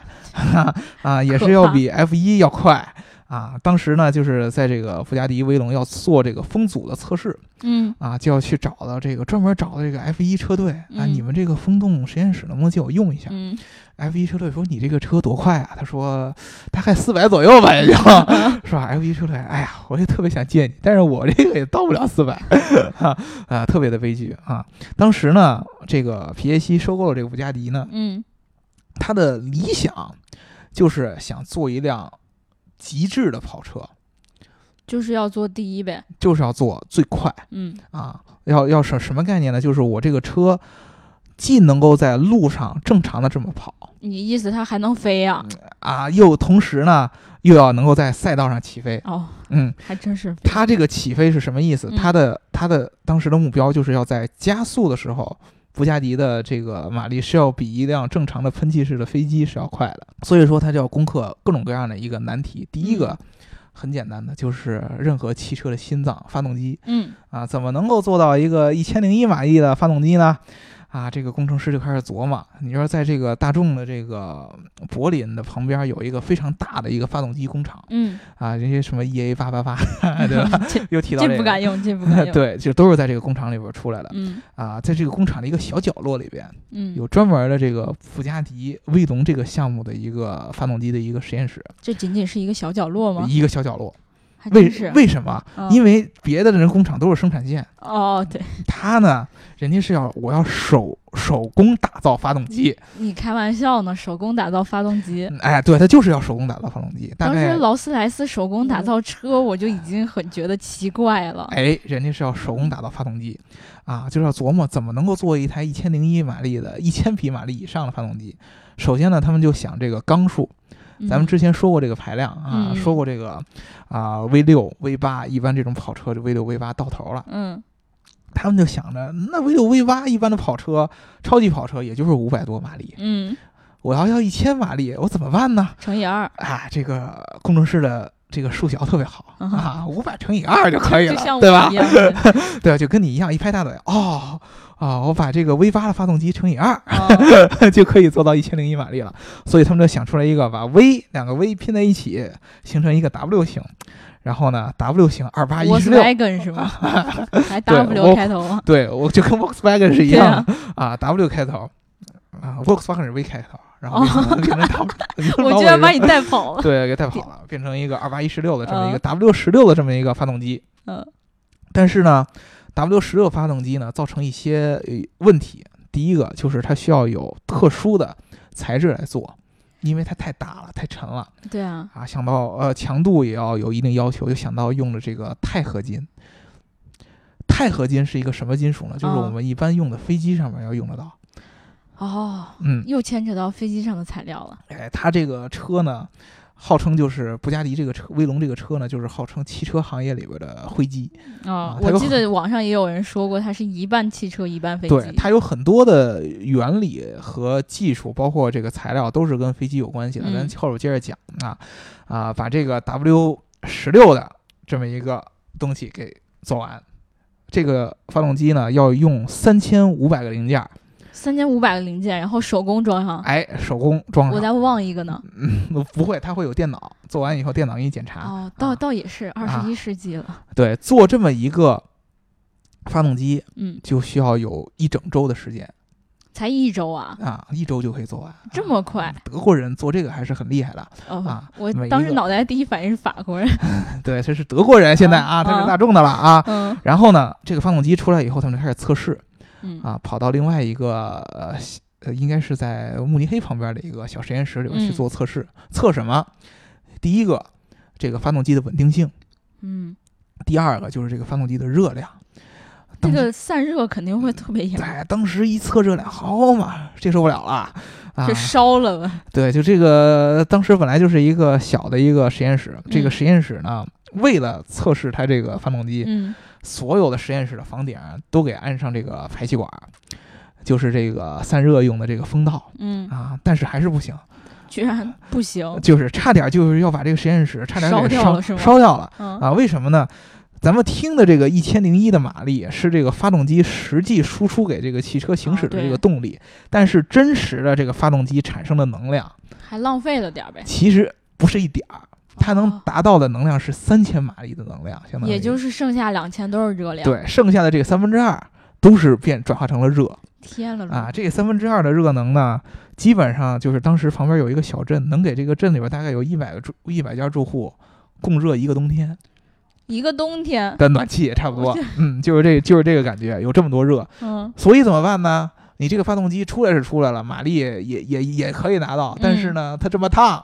[SPEAKER 2] 啊，也是要比 F 一要快啊，当时呢，就是在这个布加迪威龙要做这个风阻的测试
[SPEAKER 1] 嗯
[SPEAKER 2] 啊，就要去找到这个专门找到这个 F 一车队啊，
[SPEAKER 1] 嗯
[SPEAKER 2] 你们这个风洞实验室能不能借我用一下
[SPEAKER 1] 嗯，
[SPEAKER 2] ？F 一车队说你这个车多快啊？他说大概四百左右吧，也就 是吧？F 一车队，哎呀，我也特别想借你，但是我这个也到不了四百，啊啊，特别的悲剧啊。当时呢，这个皮耶希收购了这个布加迪呢，
[SPEAKER 1] 嗯
[SPEAKER 2] 他的理想就是想做一辆极致的跑车，
[SPEAKER 1] 就是要做第一呗。
[SPEAKER 2] 就是要做最快
[SPEAKER 1] 嗯
[SPEAKER 2] 啊！要要是什么概念呢？就是我这个车既能够在路上正常的这么跑
[SPEAKER 1] 你意思它还能飞呀、
[SPEAKER 2] 啊，又同时呢又要能够在赛道上起飞。
[SPEAKER 1] 哦，
[SPEAKER 2] 嗯，
[SPEAKER 1] 还真是。
[SPEAKER 2] 它这个起飞是什么意思？
[SPEAKER 1] 嗯
[SPEAKER 2] 它的它的当时的目标就是要在加速的时候。布加迪的这个马力是要比一辆正常的喷气式的飞机是要快的，所以说它就要攻克各种各样的一个难题。第一个很简单的，就是任何汽车的心脏发动机
[SPEAKER 1] 嗯
[SPEAKER 2] 啊，怎么能够做到一个一千零一马力的发动机呢？啊，这个工程师就开始琢磨。你说，在这个大众的这个柏林的旁边有一个非常大的一个发动机工厂
[SPEAKER 1] 嗯，
[SPEAKER 2] 啊，这些什么 EA 八八八，对吧？
[SPEAKER 1] 这
[SPEAKER 2] 又提到
[SPEAKER 1] 这
[SPEAKER 2] 这
[SPEAKER 1] 不
[SPEAKER 2] 个
[SPEAKER 1] 敢。用，这不敢用。，
[SPEAKER 2] 对，就都是在这个工厂里边出来的
[SPEAKER 1] 嗯
[SPEAKER 2] 啊，在这个工厂的一个小角落里边，
[SPEAKER 1] 嗯，
[SPEAKER 2] 有专门的这个布加迪威龙这个项目的一个发动机的一个实验室，
[SPEAKER 1] 这仅仅是一个小角落吗？
[SPEAKER 2] 一个小角落。
[SPEAKER 1] 还
[SPEAKER 2] 为
[SPEAKER 1] 真是。
[SPEAKER 2] 为什么？
[SPEAKER 1] 嗯
[SPEAKER 2] 因为别的人工厂都是生产线，
[SPEAKER 1] 哦， 对，
[SPEAKER 2] 他呢，人家是要我要手手工打造发动机，
[SPEAKER 1] 你开玩笑呢，手工打造发动机。
[SPEAKER 2] 嗯哎，对他就是要手工打造发动机，大
[SPEAKER 1] 当
[SPEAKER 2] 概嗯
[SPEAKER 1] 时劳斯莱斯手工打造车，我就已经很觉得奇怪了。
[SPEAKER 2] 哎，人家是要手工打造发动机，啊，就是要琢磨怎么能够做一台一千零一马力的、一千匹马力以上的发动机。首先呢，他们就想这个缸数，咱们之前说过这个排量啊，
[SPEAKER 1] 嗯
[SPEAKER 2] 说过这个啊 V 六、V 八，一般这种跑车就 V 六、V 八到头了，
[SPEAKER 1] 嗯
[SPEAKER 2] 他们就想着那 V 六、V 八一般的跑车，超级跑车也就是五百多马力，
[SPEAKER 1] 嗯嗯，
[SPEAKER 2] 我要要一千马力，我怎么办呢？
[SPEAKER 1] 乘以 二，
[SPEAKER 2] 啊，这个工程师的这个数学特别好
[SPEAKER 1] 嗯
[SPEAKER 2] 啊，五百乘以二就可以
[SPEAKER 1] 就
[SPEAKER 2] 了，
[SPEAKER 1] 像我
[SPEAKER 2] 对吧
[SPEAKER 1] 一？样。对
[SPEAKER 2] 对，就跟你一样一拍大腿，哦啊，我把这个 V 八的发动机乘以二
[SPEAKER 1] 哦
[SPEAKER 2] 就可以做到一千零一马力了。所以他们就想出来一个把 V 两个 V 拼在一起，形成一个 W 型，然后呢 W 型二八一十六。
[SPEAKER 1] Volkswagen 是 吗？还
[SPEAKER 2] 对
[SPEAKER 1] W
[SPEAKER 2] 我
[SPEAKER 1] 开头啊？
[SPEAKER 2] 对，我就跟 Volkswagen 是一
[SPEAKER 1] 对
[SPEAKER 2] 样
[SPEAKER 1] 啊
[SPEAKER 2] 的啊 w 开头啊，Volkswagen 是 V 开头，然后变 成 W，你就
[SPEAKER 1] 哦我
[SPEAKER 2] 把
[SPEAKER 1] 居然把
[SPEAKER 2] 这
[SPEAKER 1] 你带 跑 了。
[SPEAKER 2] 对，给带跑了，变成一个二八一十六的这么一个 W 十六的这么一个发动机。
[SPEAKER 1] 嗯
[SPEAKER 2] 但是呢，W 十六发动机呢，造成一些呃问题。第一个就是它需要有特殊的材质来做，因为它太大了，太沉了
[SPEAKER 1] 对啊，
[SPEAKER 2] 啊。想到呃强度也要有一定要求，又想到用的这个钛合金。钛合金是一个什么金属呢？就是
[SPEAKER 1] 哦
[SPEAKER 2] 我们一般用的飞机上面要用得到。
[SPEAKER 1] 哦，
[SPEAKER 2] 嗯，
[SPEAKER 1] 又牵扯到飞机上的材料了。
[SPEAKER 2] 哎，它这个车呢，号称就是布加迪这个车，威龙这个车呢，就是号称汽车行业里边的灰机。
[SPEAKER 1] 哦，
[SPEAKER 2] 啊它
[SPEAKER 1] 我
[SPEAKER 2] 有
[SPEAKER 1] 记
[SPEAKER 2] 很
[SPEAKER 1] 得网上也有人说过，它是一半汽车一半飞机。
[SPEAKER 2] 对，它有很多的原理和技术，包括这个材料，都是跟飞机有关系的。咱
[SPEAKER 1] 嗯
[SPEAKER 2] 后边接着讲啊啊，把这个 W 十六的这么一个东西给做完。这个发动机呢，要用三千五百个零
[SPEAKER 1] 啊
[SPEAKER 2] 件儿，
[SPEAKER 1] 三千五百个零件，然后手工装上。
[SPEAKER 2] 哎，嗯手工装
[SPEAKER 1] 我
[SPEAKER 2] 上。
[SPEAKER 1] 再忘一个呢。
[SPEAKER 2] 不会，它会有电脑，做完以后电脑给你检查。
[SPEAKER 1] 哦，
[SPEAKER 2] 啊
[SPEAKER 1] 倒倒也是二十一世纪了。
[SPEAKER 2] 对，做这么一个发动机
[SPEAKER 1] 嗯，
[SPEAKER 2] 就需要有一整周的时间
[SPEAKER 1] 才一周啊，
[SPEAKER 2] 啊，一周就可以做完。
[SPEAKER 1] 这么快
[SPEAKER 2] 啊？德国人做这个还是很厉害的。
[SPEAKER 1] 哦
[SPEAKER 2] 啊，
[SPEAKER 1] 我
[SPEAKER 2] 每一
[SPEAKER 1] 当时
[SPEAKER 2] 个啊
[SPEAKER 1] 脑袋第一反应是法国人。
[SPEAKER 2] 对，这是德国人，现在啊，
[SPEAKER 1] 啊
[SPEAKER 2] 他是
[SPEAKER 1] 啊
[SPEAKER 2] 大众的了啊。
[SPEAKER 1] 嗯
[SPEAKER 2] 然后呢，这个发动机出来以后，他们就开始测试
[SPEAKER 1] 嗯
[SPEAKER 2] 啊，跑到另外一个呃西呃，应该是在慕尼黑旁边的一个小实验室里边
[SPEAKER 1] 嗯
[SPEAKER 2] 去做测试。测什么？第一个，这个发动机的稳定性；
[SPEAKER 1] 嗯，
[SPEAKER 2] 第二个就是这个发动机的热量。
[SPEAKER 1] 这
[SPEAKER 2] 当时
[SPEAKER 1] 个散热肯定会特别严，
[SPEAKER 2] 哎，当时一测热量，好嘛，这受不了了啊
[SPEAKER 1] 就！烧了吧。
[SPEAKER 2] 对，就这个，当时本来就是一个小的一个实验室，这
[SPEAKER 1] 嗯
[SPEAKER 2] 个实验室呢，为了测试它这个发动机，
[SPEAKER 1] 嗯，
[SPEAKER 2] 所有的实验室的房顶啊都给安上这个排气管，就是这个散热用的这个风道
[SPEAKER 1] 嗯，
[SPEAKER 2] 啊，但是还是不行，
[SPEAKER 1] 居然不行。
[SPEAKER 2] 就是差点就是要把这个实验室差点给
[SPEAKER 1] 烧掉
[SPEAKER 2] 烧
[SPEAKER 1] 了是吗
[SPEAKER 2] 烧掉了
[SPEAKER 1] 嗯
[SPEAKER 2] 啊？为什么呢？咱们听的这个一千零一的马力是这个发动机实际输出给这个汽车行驶的
[SPEAKER 1] 啊对
[SPEAKER 2] 这个动力，但是真实的这个发动机产生的能量
[SPEAKER 1] 还浪费了点儿呗。
[SPEAKER 2] 其实不是一点儿，它能
[SPEAKER 1] 哦
[SPEAKER 2] 达到的能量是三千马力的能量，相当于
[SPEAKER 1] 也就是剩下两千都是热量。，
[SPEAKER 2] 对剩下的这个三分之二都是变转化成了热
[SPEAKER 1] 天了噜
[SPEAKER 2] 啊。这个三分之二的热能呢，基本上就是当时旁边有一个小镇，能给这个镇里边大概有一百个住一百家住户供热一个冬天
[SPEAKER 1] 一个冬天，
[SPEAKER 2] 的暖气也差不
[SPEAKER 1] 我
[SPEAKER 2] 多。嗯，就是这就是这个感觉，有这么多热，
[SPEAKER 1] 嗯，
[SPEAKER 2] 所以怎么办呢？你这个发动机出来是出来了，马力也也也可以拿到，但是呢，它这么烫，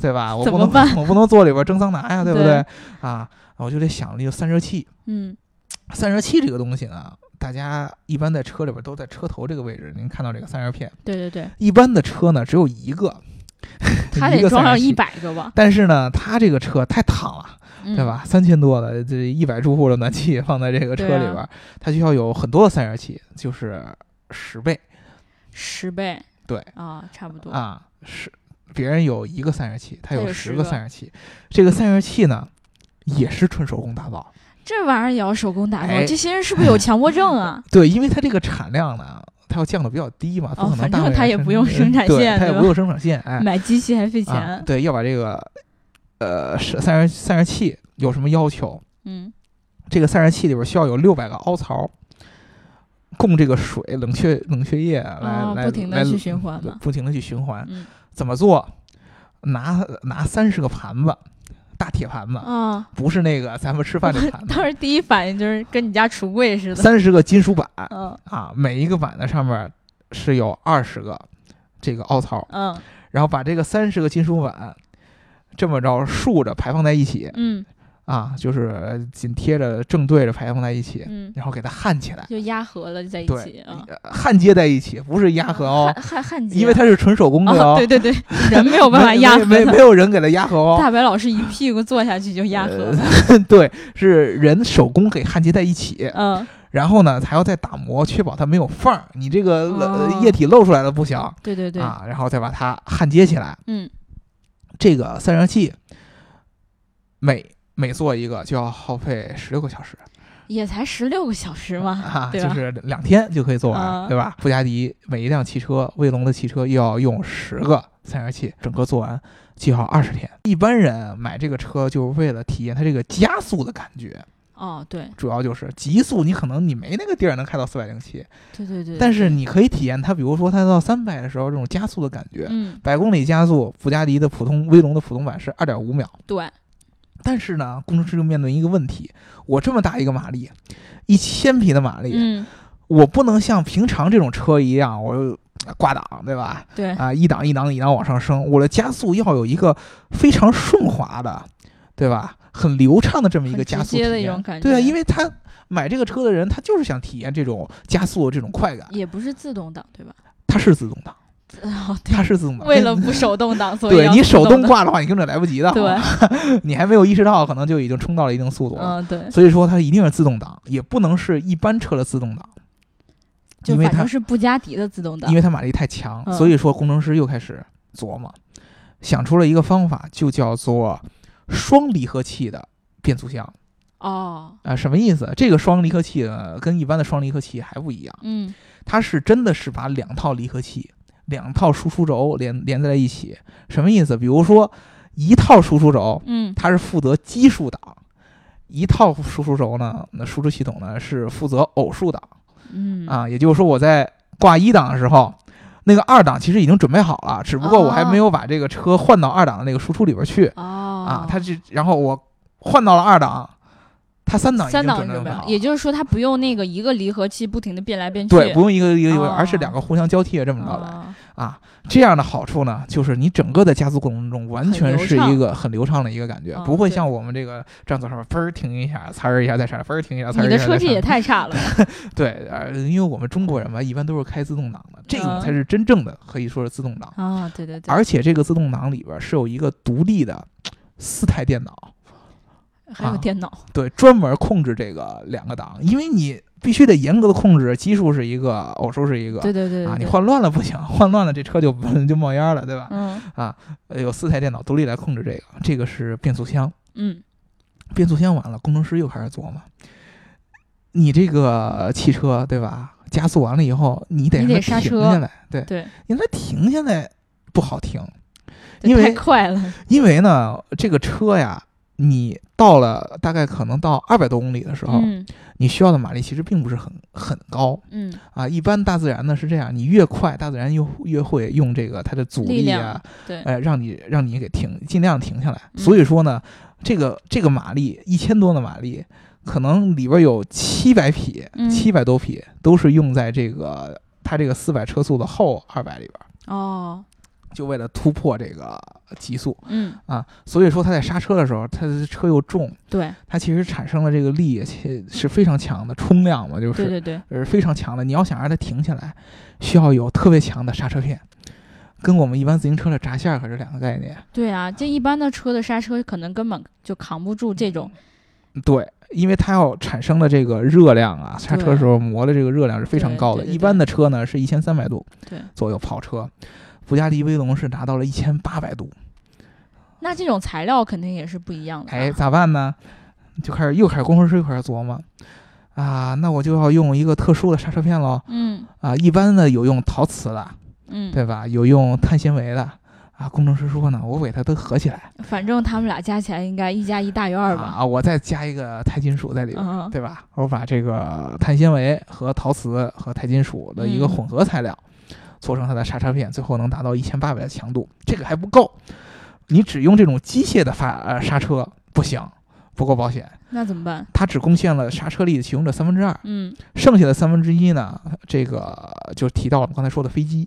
[SPEAKER 2] 对吧？
[SPEAKER 1] 嗯
[SPEAKER 2] 我
[SPEAKER 1] 怎
[SPEAKER 2] 不
[SPEAKER 1] 么
[SPEAKER 2] 能 我不能坐里边蒸桑拿呀，对不
[SPEAKER 1] 对
[SPEAKER 2] 啊，我就得想了一个散热器。
[SPEAKER 1] 嗯，
[SPEAKER 2] 散热器这个东西呢，大家一般在车里边都在车头这个位置，您看到这个散热片。
[SPEAKER 1] 对对对，
[SPEAKER 2] 一般的车呢只有一个，
[SPEAKER 1] 它
[SPEAKER 2] 一
[SPEAKER 1] 得
[SPEAKER 2] 个
[SPEAKER 1] 装
[SPEAKER 2] 散
[SPEAKER 1] 上
[SPEAKER 2] 热器
[SPEAKER 1] 一。百嗯个吧，
[SPEAKER 2] 但是呢，它这个车太烫了，
[SPEAKER 1] 对
[SPEAKER 2] 对？吧？三千多的这一百住户的暖气放在这个车
[SPEAKER 1] 对啊
[SPEAKER 2] 里边，它需要有很多的散热器，就是十倍。
[SPEAKER 1] 嗯十倍，
[SPEAKER 2] 对
[SPEAKER 1] 啊，差不多，
[SPEAKER 2] 啊，是别人有一个散热器，他
[SPEAKER 1] 它
[SPEAKER 2] 有
[SPEAKER 1] 有
[SPEAKER 2] 十
[SPEAKER 1] 10
[SPEAKER 2] 个
[SPEAKER 1] 个
[SPEAKER 2] 散热器，这个散热器呢也是纯手工打造。
[SPEAKER 1] 这玩意儿也要手工打造，
[SPEAKER 2] 哎
[SPEAKER 1] 这些人是不是有强迫症啊？
[SPEAKER 2] 对，因为它这个产量呢，它要降的比较低嘛，不
[SPEAKER 1] 哦
[SPEAKER 2] 可能
[SPEAKER 1] 反
[SPEAKER 2] 大
[SPEAKER 1] 正
[SPEAKER 2] 量
[SPEAKER 1] 它也不用生产
[SPEAKER 2] 对
[SPEAKER 1] 线
[SPEAKER 2] 它也
[SPEAKER 1] 对
[SPEAKER 2] 不
[SPEAKER 1] 吧
[SPEAKER 2] 用生产线， 哎，
[SPEAKER 1] 买机器还费
[SPEAKER 2] 啊
[SPEAKER 1] 钱，，
[SPEAKER 2] 对，要把这个呃是散热散热器有什么要求？
[SPEAKER 1] 嗯，
[SPEAKER 2] 这个散热器里边需要有六百个凹槽。供这个水、冷却冷却液来、
[SPEAKER 1] 哦
[SPEAKER 2] 来
[SPEAKER 1] 不停地
[SPEAKER 2] 来
[SPEAKER 1] 去循环嘛
[SPEAKER 2] 不停的去循环。
[SPEAKER 1] 嗯
[SPEAKER 2] 怎么做？拿拿三十个盘子，大铁盘子，
[SPEAKER 1] 啊，
[SPEAKER 2] 不是那个咱们吃饭的盘
[SPEAKER 1] 当
[SPEAKER 2] 子，
[SPEAKER 1] 时第一反应就是跟你家橱柜似的，
[SPEAKER 2] 三十个金属板
[SPEAKER 1] 嗯
[SPEAKER 2] 啊，每一个板的上面是有二十个这个凹槽，
[SPEAKER 1] 嗯
[SPEAKER 2] 然后把这个三十个金属板这么着竖着排放在一起
[SPEAKER 1] 嗯
[SPEAKER 2] 啊，就是紧贴着正对着排放在一起，
[SPEAKER 1] 嗯，
[SPEAKER 2] 然后给它焊起来，
[SPEAKER 1] 就压合了在一起
[SPEAKER 2] 对
[SPEAKER 1] 啊，，
[SPEAKER 2] 呃焊接在一起，不是压合哦
[SPEAKER 1] 焊，焊焊接，
[SPEAKER 2] 因为它是纯手工的
[SPEAKER 1] 哦，
[SPEAKER 2] 哦
[SPEAKER 1] 对，对对，人没有办法
[SPEAKER 2] 没
[SPEAKER 1] 压合
[SPEAKER 2] 没没
[SPEAKER 1] 它。
[SPEAKER 2] 有呃人给它压合哦，
[SPEAKER 1] 大白老师一屁股坐下去就压合了，
[SPEAKER 2] 对，是人手工给焊接在一起，
[SPEAKER 1] 嗯，
[SPEAKER 2] 然后呢还要再打磨，确保它没有缝儿，你这个漏呃
[SPEAKER 1] 哦
[SPEAKER 2] 液体漏出来了不行啊，
[SPEAKER 1] 对对对，
[SPEAKER 2] 然后再把它焊接起来。
[SPEAKER 1] 嗯，
[SPEAKER 2] 这个散热器每每做一个就要耗费十六个小时
[SPEAKER 1] 也才十六个小时嘛，
[SPEAKER 2] 啊，
[SPEAKER 1] 对
[SPEAKER 2] 就
[SPEAKER 1] 吧
[SPEAKER 2] 是两天就可以做完，
[SPEAKER 1] 啊
[SPEAKER 2] 对吧？布加迪每一辆汽车，威龙的汽车又要用十个散热器，整个做完就要二十天。一般人买这个车就是为了体验它这个加速的感觉。啊
[SPEAKER 1] 哦，对
[SPEAKER 2] 主要就是极速，你可能你没那个地儿能开到四百零七，
[SPEAKER 1] 对对对，
[SPEAKER 2] 但
[SPEAKER 1] 是
[SPEAKER 2] 是你可以体验它，比如说它到三百的时候这种加速的感觉。
[SPEAKER 1] 嗯，
[SPEAKER 2] 百公里加速，布加迪的普通威龙的普通版是二点五秒。
[SPEAKER 1] 对，
[SPEAKER 2] 但是呢，工程师就面临一个问题：我这么大一个马力，一千匹的马力，
[SPEAKER 1] 嗯，
[SPEAKER 2] 我不能像平常这种车一样，我就挂档，对吧？
[SPEAKER 1] 对，
[SPEAKER 2] 啊，一档一档一档往上升，我的加速要有一个非常顺滑的，对吧？很流畅的这么一
[SPEAKER 1] 很
[SPEAKER 2] 个
[SPEAKER 1] 直
[SPEAKER 2] 加速体
[SPEAKER 1] 接
[SPEAKER 2] 验，
[SPEAKER 1] 的一种感
[SPEAKER 2] 对
[SPEAKER 1] 觉
[SPEAKER 2] 啊，因为他买这个车的人，他就是想体验这种加速这种快感。
[SPEAKER 1] 也不是自动挡对吧？
[SPEAKER 2] 它是自动挡，
[SPEAKER 1] 哦，对
[SPEAKER 2] 它，是自动挡。
[SPEAKER 1] 为
[SPEAKER 2] 但
[SPEAKER 1] 了不手动挡，所以
[SPEAKER 2] 对
[SPEAKER 1] 要
[SPEAKER 2] 你
[SPEAKER 1] 自
[SPEAKER 2] 手动
[SPEAKER 1] 挡，
[SPEAKER 2] 挂的话，你根本来不及的。
[SPEAKER 1] 对，，
[SPEAKER 2] 你还没有意识到，可能就已经冲到了一定速度了。
[SPEAKER 1] 嗯，对，
[SPEAKER 2] 所以说，它一定是自动挡，也不能是一般车的自动挡，
[SPEAKER 1] 就
[SPEAKER 2] 因为
[SPEAKER 1] 反
[SPEAKER 2] 它
[SPEAKER 1] 正是布加迪的自动挡
[SPEAKER 2] 因，为它马力太强。
[SPEAKER 1] 嗯
[SPEAKER 2] 所以说，工程师又开始琢磨，想出了一个方法，就叫做双离合器的变速箱
[SPEAKER 1] 哦，
[SPEAKER 2] 啊、什么意思？这个双离合器呢，跟一般的双离合器还不一样。
[SPEAKER 1] 嗯，
[SPEAKER 2] 它是真的是把两套离合器、两套输出轴连连在一起，什么意思？比如说一套输出轴，
[SPEAKER 1] 嗯，
[SPEAKER 2] 它是负责奇数档；一套输出轴呢，那输出系统呢是负责偶数档
[SPEAKER 1] 嗯，
[SPEAKER 2] 啊。也就是说，我在挂一档的时候。那个二档其实已经准备好了，只不过我还没有把这个车换到二档的那个输出里边去、
[SPEAKER 1] 哦，
[SPEAKER 2] 啊。它这，然后我换到了二档，它三档已经
[SPEAKER 1] 三档
[SPEAKER 2] 准
[SPEAKER 1] 准备
[SPEAKER 2] 备好了，
[SPEAKER 1] 也就是说它不用那个一个离合器不停的变来变去，
[SPEAKER 2] 对，不用一个一个一个，
[SPEAKER 1] 哦
[SPEAKER 2] 而是两个互相交替这么着来。
[SPEAKER 1] 啊，
[SPEAKER 2] 啊，这样的好处呢，就是你整个的加速过程中完全
[SPEAKER 1] 很流
[SPEAKER 2] 是
[SPEAKER 1] 畅
[SPEAKER 2] 一个很流畅的一个感觉，
[SPEAKER 1] 嗯
[SPEAKER 2] 不会
[SPEAKER 1] 对
[SPEAKER 2] 像我们这个站座上面嘣儿停一下，呲儿一下再上来，嘣儿停一下，
[SPEAKER 1] 你
[SPEAKER 2] 呲儿一
[SPEAKER 1] 的
[SPEAKER 2] 下再
[SPEAKER 1] 车技
[SPEAKER 2] 上
[SPEAKER 1] 也
[SPEAKER 2] 来。
[SPEAKER 1] 太差了，
[SPEAKER 2] 对，呃，因为我们中国人嘛，一般都是开自动挡的，这种
[SPEAKER 1] 嗯
[SPEAKER 2] 才是真正的可以说是自动挡，
[SPEAKER 1] 啊，对对对，
[SPEAKER 2] 而且这个自动挡里边是有一个独立的四台电脑，
[SPEAKER 1] 还有
[SPEAKER 2] 啊
[SPEAKER 1] 电脑，
[SPEAKER 2] 对，专门控制这个两个档，因为你必须得严格的控制奇数是一个，偶数是一个
[SPEAKER 1] 对对对对
[SPEAKER 2] 啊，你
[SPEAKER 1] 对
[SPEAKER 2] 换乱了不行，换乱了这车就 就冒烟了，对吧？
[SPEAKER 1] 嗯
[SPEAKER 2] 呃，有四台电脑独立来控制这个，这个是变速箱。
[SPEAKER 1] 嗯，
[SPEAKER 2] 变速箱完了，工程师又开始琢磨，你这个汽车对吧？加速完了以后，你得
[SPEAKER 1] 你得
[SPEAKER 2] 让它
[SPEAKER 1] 刹
[SPEAKER 2] 停
[SPEAKER 1] 车
[SPEAKER 2] 下来，对，
[SPEAKER 1] 对，
[SPEAKER 2] 你让它停下来不好停，
[SPEAKER 1] 这
[SPEAKER 2] 因为
[SPEAKER 1] 太快了，
[SPEAKER 2] 因为呢，这个车呀，你到了大概可能到二百多公里的时候，
[SPEAKER 1] 嗯
[SPEAKER 2] 你需要的马力其实并不是很很高
[SPEAKER 1] 嗯
[SPEAKER 2] 啊。一般大自然呢是这样，你越快，大自然又越会用这个它的阻
[SPEAKER 1] 力
[SPEAKER 2] 力啊
[SPEAKER 1] 量，对
[SPEAKER 2] 呃，让你让你给停，尽量停下来。
[SPEAKER 1] 嗯
[SPEAKER 2] 所以说呢，这个这个马力一千多的马力，可能里边有七百匹
[SPEAKER 1] 嗯，
[SPEAKER 2] 七百、多匹都是用在这个它这个四百车速的后二百里边，
[SPEAKER 1] 哦
[SPEAKER 2] 就为了突破这个极速。
[SPEAKER 1] 嗯
[SPEAKER 2] 啊，所以说它在刹车的时候，它的车又重，
[SPEAKER 1] 对
[SPEAKER 2] 它其实产生了这个力其实是非常强的冲量嘛，就
[SPEAKER 1] 对对
[SPEAKER 2] 是
[SPEAKER 1] 对
[SPEAKER 2] 呃非常强的。你要想让它停下来，需要有特别强的刹车片，跟我们一般自行车的闸线儿可是两个概念。
[SPEAKER 1] 对啊，这一般的车的刹车可能根本就扛不住这种，
[SPEAKER 2] 对，因为它要产生的这个热量啊，刹车
[SPEAKER 1] 对
[SPEAKER 2] 时候磨的这个热量是非常
[SPEAKER 1] 对
[SPEAKER 2] 高
[SPEAKER 1] 对
[SPEAKER 2] 的。
[SPEAKER 1] 对
[SPEAKER 2] 一
[SPEAKER 1] 对
[SPEAKER 2] 般的车呢是一千三百度
[SPEAKER 1] 对
[SPEAKER 2] 左右跑车，布加迪威龙是达到了一千八百度。
[SPEAKER 1] 那这种材料肯定也是不一样的吧。
[SPEAKER 2] 哎，咋办呢？就开始又开始工程师又开始琢磨，啊，那我就要用一个特殊的刹车片喽。
[SPEAKER 1] 嗯
[SPEAKER 2] 啊，一般呢有用陶瓷的，
[SPEAKER 1] 嗯，
[SPEAKER 2] 对吧？有用碳纤维的。啊，工程师说呢，我给它都合起来
[SPEAKER 1] 反正他们俩加起来应该一加一大于二吧。
[SPEAKER 2] 啊，我再加一个钛金属在里边儿，
[SPEAKER 1] 嗯
[SPEAKER 2] 对吧？我把这个碳纤维和陶瓷和钛金属的一个
[SPEAKER 1] 嗯
[SPEAKER 2] 混合材料，做成它的刹车片，最后能达到一千八百的强度。这个还不够，你只用这种机械的发呃刹车不行，不够保险。
[SPEAKER 1] 那怎么办？
[SPEAKER 2] 它只贡献了刹车力的其中的三分之二，
[SPEAKER 1] 嗯
[SPEAKER 2] 剩下的三分之一呢，这个就提到了我们刚才说的飞机。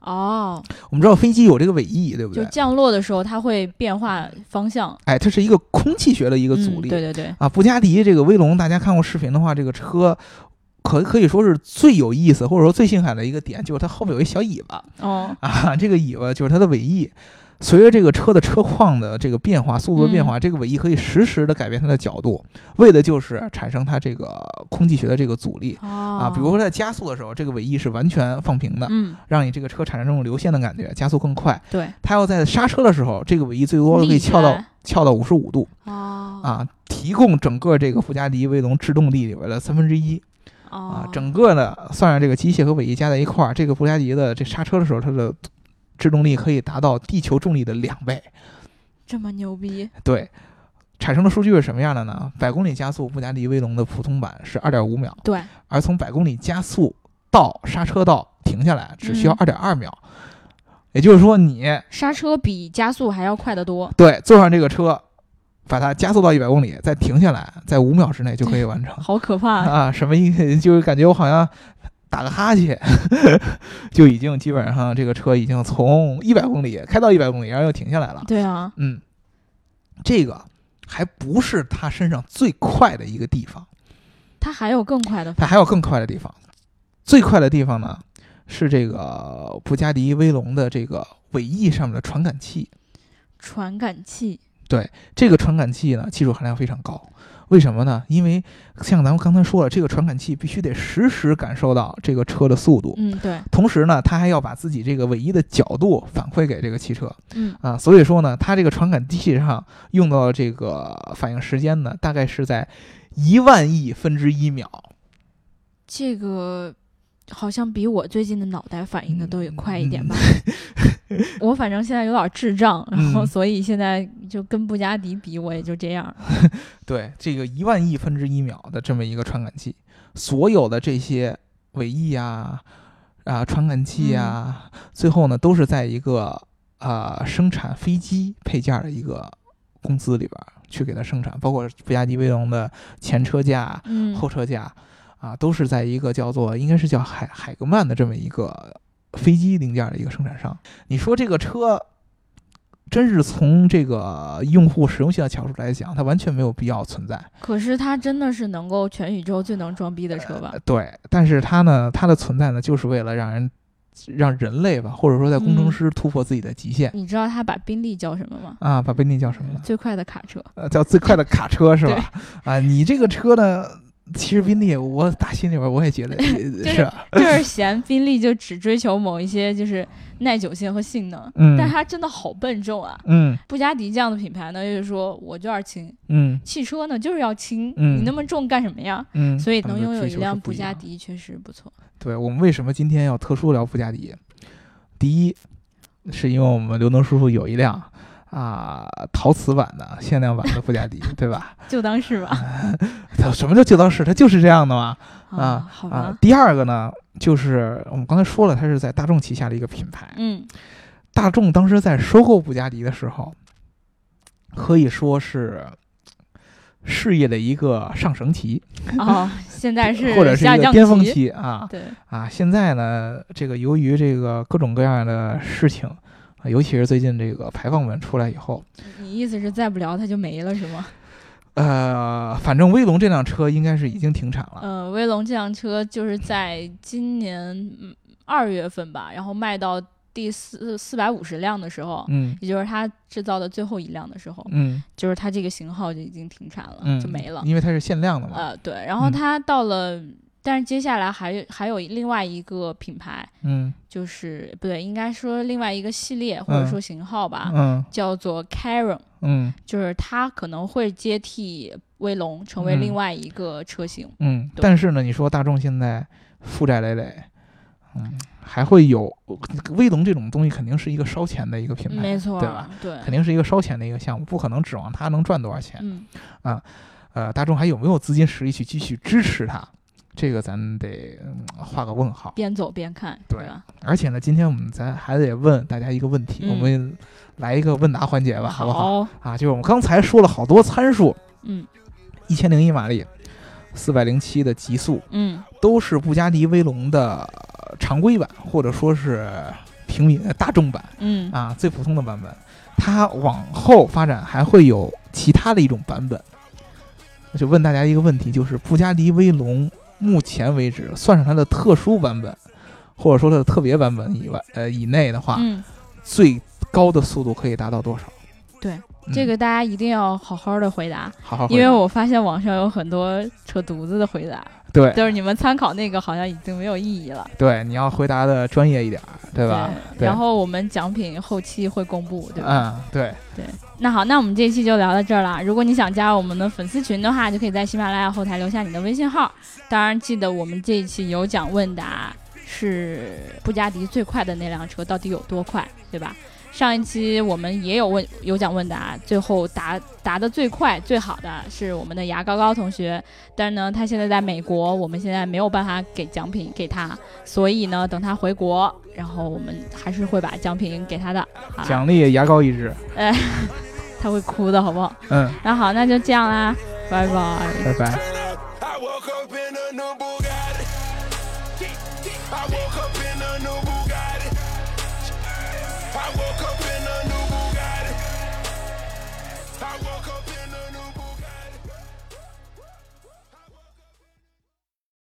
[SPEAKER 1] 哦，
[SPEAKER 2] 我们知道飞机有这个尾翼，对不
[SPEAKER 1] 就
[SPEAKER 2] 对？
[SPEAKER 1] 降落的时候它会变化方向，
[SPEAKER 2] 哎，这是一个空气学的一个阻力。
[SPEAKER 1] 嗯、对对对，
[SPEAKER 2] 啊，布加迪这个威龙，大家看过视频的话，这个车可可以说是最有意思，或者说最性感的一个点，就是它后面有一小尾巴
[SPEAKER 1] 哦，
[SPEAKER 2] 啊，这个尾巴就是它的尾翼。随着这个车的车况的这个变化、速度
[SPEAKER 1] 嗯
[SPEAKER 2] 的变化，这个尾翼可以实时的改变它的角度，为的就是产生它这个空气学的这个阻力。
[SPEAKER 1] 哦
[SPEAKER 2] 啊，比如说在加速的时候，这个尾翼是完全放平的，
[SPEAKER 1] 嗯，
[SPEAKER 2] 让你这个车产生这种流线的感觉，加速更快。
[SPEAKER 1] 对，
[SPEAKER 2] 它要在刹车的时候，这个尾翼最多可以
[SPEAKER 1] 立起
[SPEAKER 2] 翘到
[SPEAKER 1] 来
[SPEAKER 2] 翘到五十五度
[SPEAKER 1] 哦
[SPEAKER 2] 啊，提供整个这个布加迪威龙制动力里边的三分之一
[SPEAKER 1] 哦
[SPEAKER 2] 啊，整个呢算上这个机械和尾翼加在一块儿，这个布加迪的这刹车的时候，它的制动力可以达到地球重力的两倍，
[SPEAKER 1] 这么牛逼，
[SPEAKER 2] 对。产生的数据是什么样的呢？百公里加速，布加迪威龙的普通版是二点五秒，
[SPEAKER 1] 对，
[SPEAKER 2] 而从百公里加速到刹车道停下来只需
[SPEAKER 1] 嗯
[SPEAKER 2] 要二点二秒，也就是说你
[SPEAKER 1] 刹车比加速还要快得多，
[SPEAKER 2] 对坐上这个车，把它加速到一百公里，再停下来，在五秒之内就可以完成
[SPEAKER 1] 好可怕，
[SPEAKER 2] 啊！什么意思？就是感觉我好像打个哈欠， 就已经基本上这个车已经从一百公里开到一百公里，然后又停下来了。
[SPEAKER 1] 对啊，
[SPEAKER 2] 嗯，这个还不是它身上最快的一个地方。
[SPEAKER 1] 它还有更快的，
[SPEAKER 2] 它还有更快的地方，最快的地方呢是这个布加迪威龙的这个尾翼上面的传感器。
[SPEAKER 1] 传感器，
[SPEAKER 2] 这个传感器呢，技术含量非常高。为什么呢？因为像咱们刚才说了，这个传感器必须得实时感受到这个车的速度，
[SPEAKER 1] 嗯，对，
[SPEAKER 2] 同时呢，它还要把自己这个尾翼的角度反馈给这个汽车
[SPEAKER 1] 嗯，
[SPEAKER 2] 啊。所以说呢，它这个传感器上用到的这个反应时间呢，大概是在一万亿分之一秒。
[SPEAKER 1] 这个。好像比我最近的脑袋反应的都也
[SPEAKER 2] 嗯
[SPEAKER 1] 快一 点吧。我反正现在有点智障，然后
[SPEAKER 2] 嗯
[SPEAKER 1] 所以现在就跟布加迪比，我也就这 样。
[SPEAKER 2] 对，这个一万亿分之一秒的这么一个传感器，所有的这些尾翼啊、啊传感器啊，最后呢都是在一个啊生产飞机配件儿的一个公司里边儿去给它生产，包括布加迪威龙的前车架、
[SPEAKER 1] 嗯，
[SPEAKER 2] 后车架啊，都是在一个叫做应该是叫海海格曼的这么一个飞机零件的一个生产商。你说这个车，真是从这个用户使用性的角度来讲，它完全没有必要存在。
[SPEAKER 1] 可是它真的是能够全宇宙最能装逼的车吧
[SPEAKER 2] 呃？对，但是它呢，它的存在呢，就是为了让人让人类吧，或者说在工程
[SPEAKER 1] 嗯
[SPEAKER 2] 师突破自己的极限。
[SPEAKER 1] 你知道它把宾利叫什么吗？
[SPEAKER 2] 啊，把贝利叫什么呢？
[SPEAKER 1] 最快的卡 车。
[SPEAKER 2] 呃，叫最快的卡车是吧？啊，你这个车呢，其实宾利，我打心里边我 也觉得也
[SPEAKER 1] 是
[SPEAKER 2] 是吧，
[SPEAKER 1] 就是嫌宾利就只追求某一些就是耐久性和性能，
[SPEAKER 2] 嗯
[SPEAKER 1] 但它真的好笨重啊！
[SPEAKER 2] 嗯
[SPEAKER 1] 布加迪这样的品牌呢，就是说我就要轻，
[SPEAKER 2] 嗯
[SPEAKER 1] 汽车呢就是要轻，
[SPEAKER 2] 嗯
[SPEAKER 1] 你那么重干什么呀？
[SPEAKER 2] 嗯，
[SPEAKER 1] 所以
[SPEAKER 2] 他们
[SPEAKER 1] 能
[SPEAKER 2] 的
[SPEAKER 1] 拥有
[SPEAKER 2] 追
[SPEAKER 1] 一
[SPEAKER 2] 求
[SPEAKER 1] 辆
[SPEAKER 2] 是不
[SPEAKER 1] 布
[SPEAKER 2] 一
[SPEAKER 1] 加
[SPEAKER 2] 样的
[SPEAKER 1] 迪确实不错。
[SPEAKER 2] 对我们为什么今天要特殊聊布加迪？第一，是因为我们刘能叔叔有一辆啊陶瓷版的限量版的布加迪，对吧？
[SPEAKER 1] 就当是吧。
[SPEAKER 2] 他什么叫就当是，它就是这样的嘛。
[SPEAKER 1] 啊，好
[SPEAKER 2] 啊
[SPEAKER 1] 吧，，
[SPEAKER 2] 第二个呢，就是我们刚才说了，它是在大众旗下的一个品牌。
[SPEAKER 1] 嗯
[SPEAKER 2] 大众当时在收购布加迪的时候，可以说是事业的一个上升期，
[SPEAKER 1] 哦，现在是
[SPEAKER 2] 嗯 或者是
[SPEAKER 1] 下
[SPEAKER 2] 一个
[SPEAKER 1] 降
[SPEAKER 2] 巅峰，期啊
[SPEAKER 1] 对，
[SPEAKER 2] 啊！现在呢，这个由于这个各种各样的事情，啊尤其是最近这个排放文出来以后，
[SPEAKER 1] 你意思是再不聊它就没了是吗？
[SPEAKER 2] 呃，反正威龙这辆车应该是已经停产了。
[SPEAKER 1] 嗯，威龙这辆车就是在今年嗯二月份吧，然后卖到第四四百五十辆的时候，
[SPEAKER 2] 嗯
[SPEAKER 1] 也就是它制造的最后一辆的时候，
[SPEAKER 2] 嗯
[SPEAKER 1] 就是它这个型号就已经停产了，
[SPEAKER 2] 嗯，
[SPEAKER 1] 哦就没了。
[SPEAKER 2] 因为它是限量的嘛。
[SPEAKER 1] 呃，对，然后
[SPEAKER 2] 嗯
[SPEAKER 1] 它到了，但是接下来还有还有另外一个品牌，
[SPEAKER 2] 嗯
[SPEAKER 1] 就是不对，应该说另外一个系列或者
[SPEAKER 2] 嗯
[SPEAKER 1] 说型号吧，
[SPEAKER 2] 嗯
[SPEAKER 1] 叫做 Caron，
[SPEAKER 2] 嗯
[SPEAKER 1] 就是它可能会接替威龙成为
[SPEAKER 2] 嗯
[SPEAKER 1] 另外一个车型。
[SPEAKER 2] 嗯，
[SPEAKER 1] 对
[SPEAKER 2] 但是呢，你说大众现在负债累累，嗯，还会有威龙这种东西，肯定是一个烧钱的一个品牌，
[SPEAKER 1] 没错
[SPEAKER 2] 对
[SPEAKER 1] 儿？，
[SPEAKER 2] 吧
[SPEAKER 1] 对，
[SPEAKER 2] 肯定是一个烧钱的一个项目，不可能指望它能赚多少钱。
[SPEAKER 1] 嗯，
[SPEAKER 2] 呃，大众还有没有资金实力去继续支持它？这个咱得、嗯画个问号。
[SPEAKER 1] 边走边看，
[SPEAKER 2] 对
[SPEAKER 1] 吧？
[SPEAKER 2] 而且呢，今天我们咱还得问大家一个问题，
[SPEAKER 1] 嗯
[SPEAKER 2] 我们来一个问答环节吧，好不好？
[SPEAKER 1] 好，
[SPEAKER 2] 啊，就是我们刚才说了好多参数，
[SPEAKER 1] 嗯
[SPEAKER 2] 一千零一马力，四百零七的极速，
[SPEAKER 1] 嗯
[SPEAKER 2] 都是布加迪威龙的呃常规版，或者说是平民呃大众版
[SPEAKER 1] 嗯，
[SPEAKER 2] 啊，最普通的版本。它往后发展还会有其他的一种版本。我就问大家一个问题，就是布加迪威龙目前为止，算上它的特殊版本，或者说它的特别版本以外，呃以内的话，
[SPEAKER 1] 嗯，
[SPEAKER 2] 最高的速度可以达到多少？
[SPEAKER 1] 对
[SPEAKER 2] 嗯，
[SPEAKER 1] 这个大家一定要好好的回答，
[SPEAKER 2] 好好回答，
[SPEAKER 1] 因为我发现网上有很多扯犊子的回答，
[SPEAKER 2] 对
[SPEAKER 1] 就是你们参考那个好像已经没有意义了，
[SPEAKER 2] 对，你要回答的专业一点儿，对吧？对
[SPEAKER 1] 然后我们奖品后期会公布，对吧？
[SPEAKER 2] 嗯，对，
[SPEAKER 1] 那好，那我们这一期就聊到这儿了。如果你想加入我们的粉丝群的话，就可以在喜马拉雅后台留下你的微信号。当然，记得我们这一期有奖问答是布加迪最快的那辆车到底有多快，对吧？上一期我们也有问有奖问答，最后答答的最快最好的是我们的牙膏膏同学，但是呢，他现在在美国，我们现在没有办法给奖品给他，所以呢，等他回国，然后我们还是会把奖品给他的。好啦，
[SPEAKER 2] 奖励牙膏一支，
[SPEAKER 1] 他会哭的好不好？
[SPEAKER 2] 嗯，
[SPEAKER 1] 那好，那就这样啦，拜拜。
[SPEAKER 2] 拜拜。
[SPEAKER 3] Turn up. I woke up in a new Bugatti. I woke up in a new Bugatti. I woke up.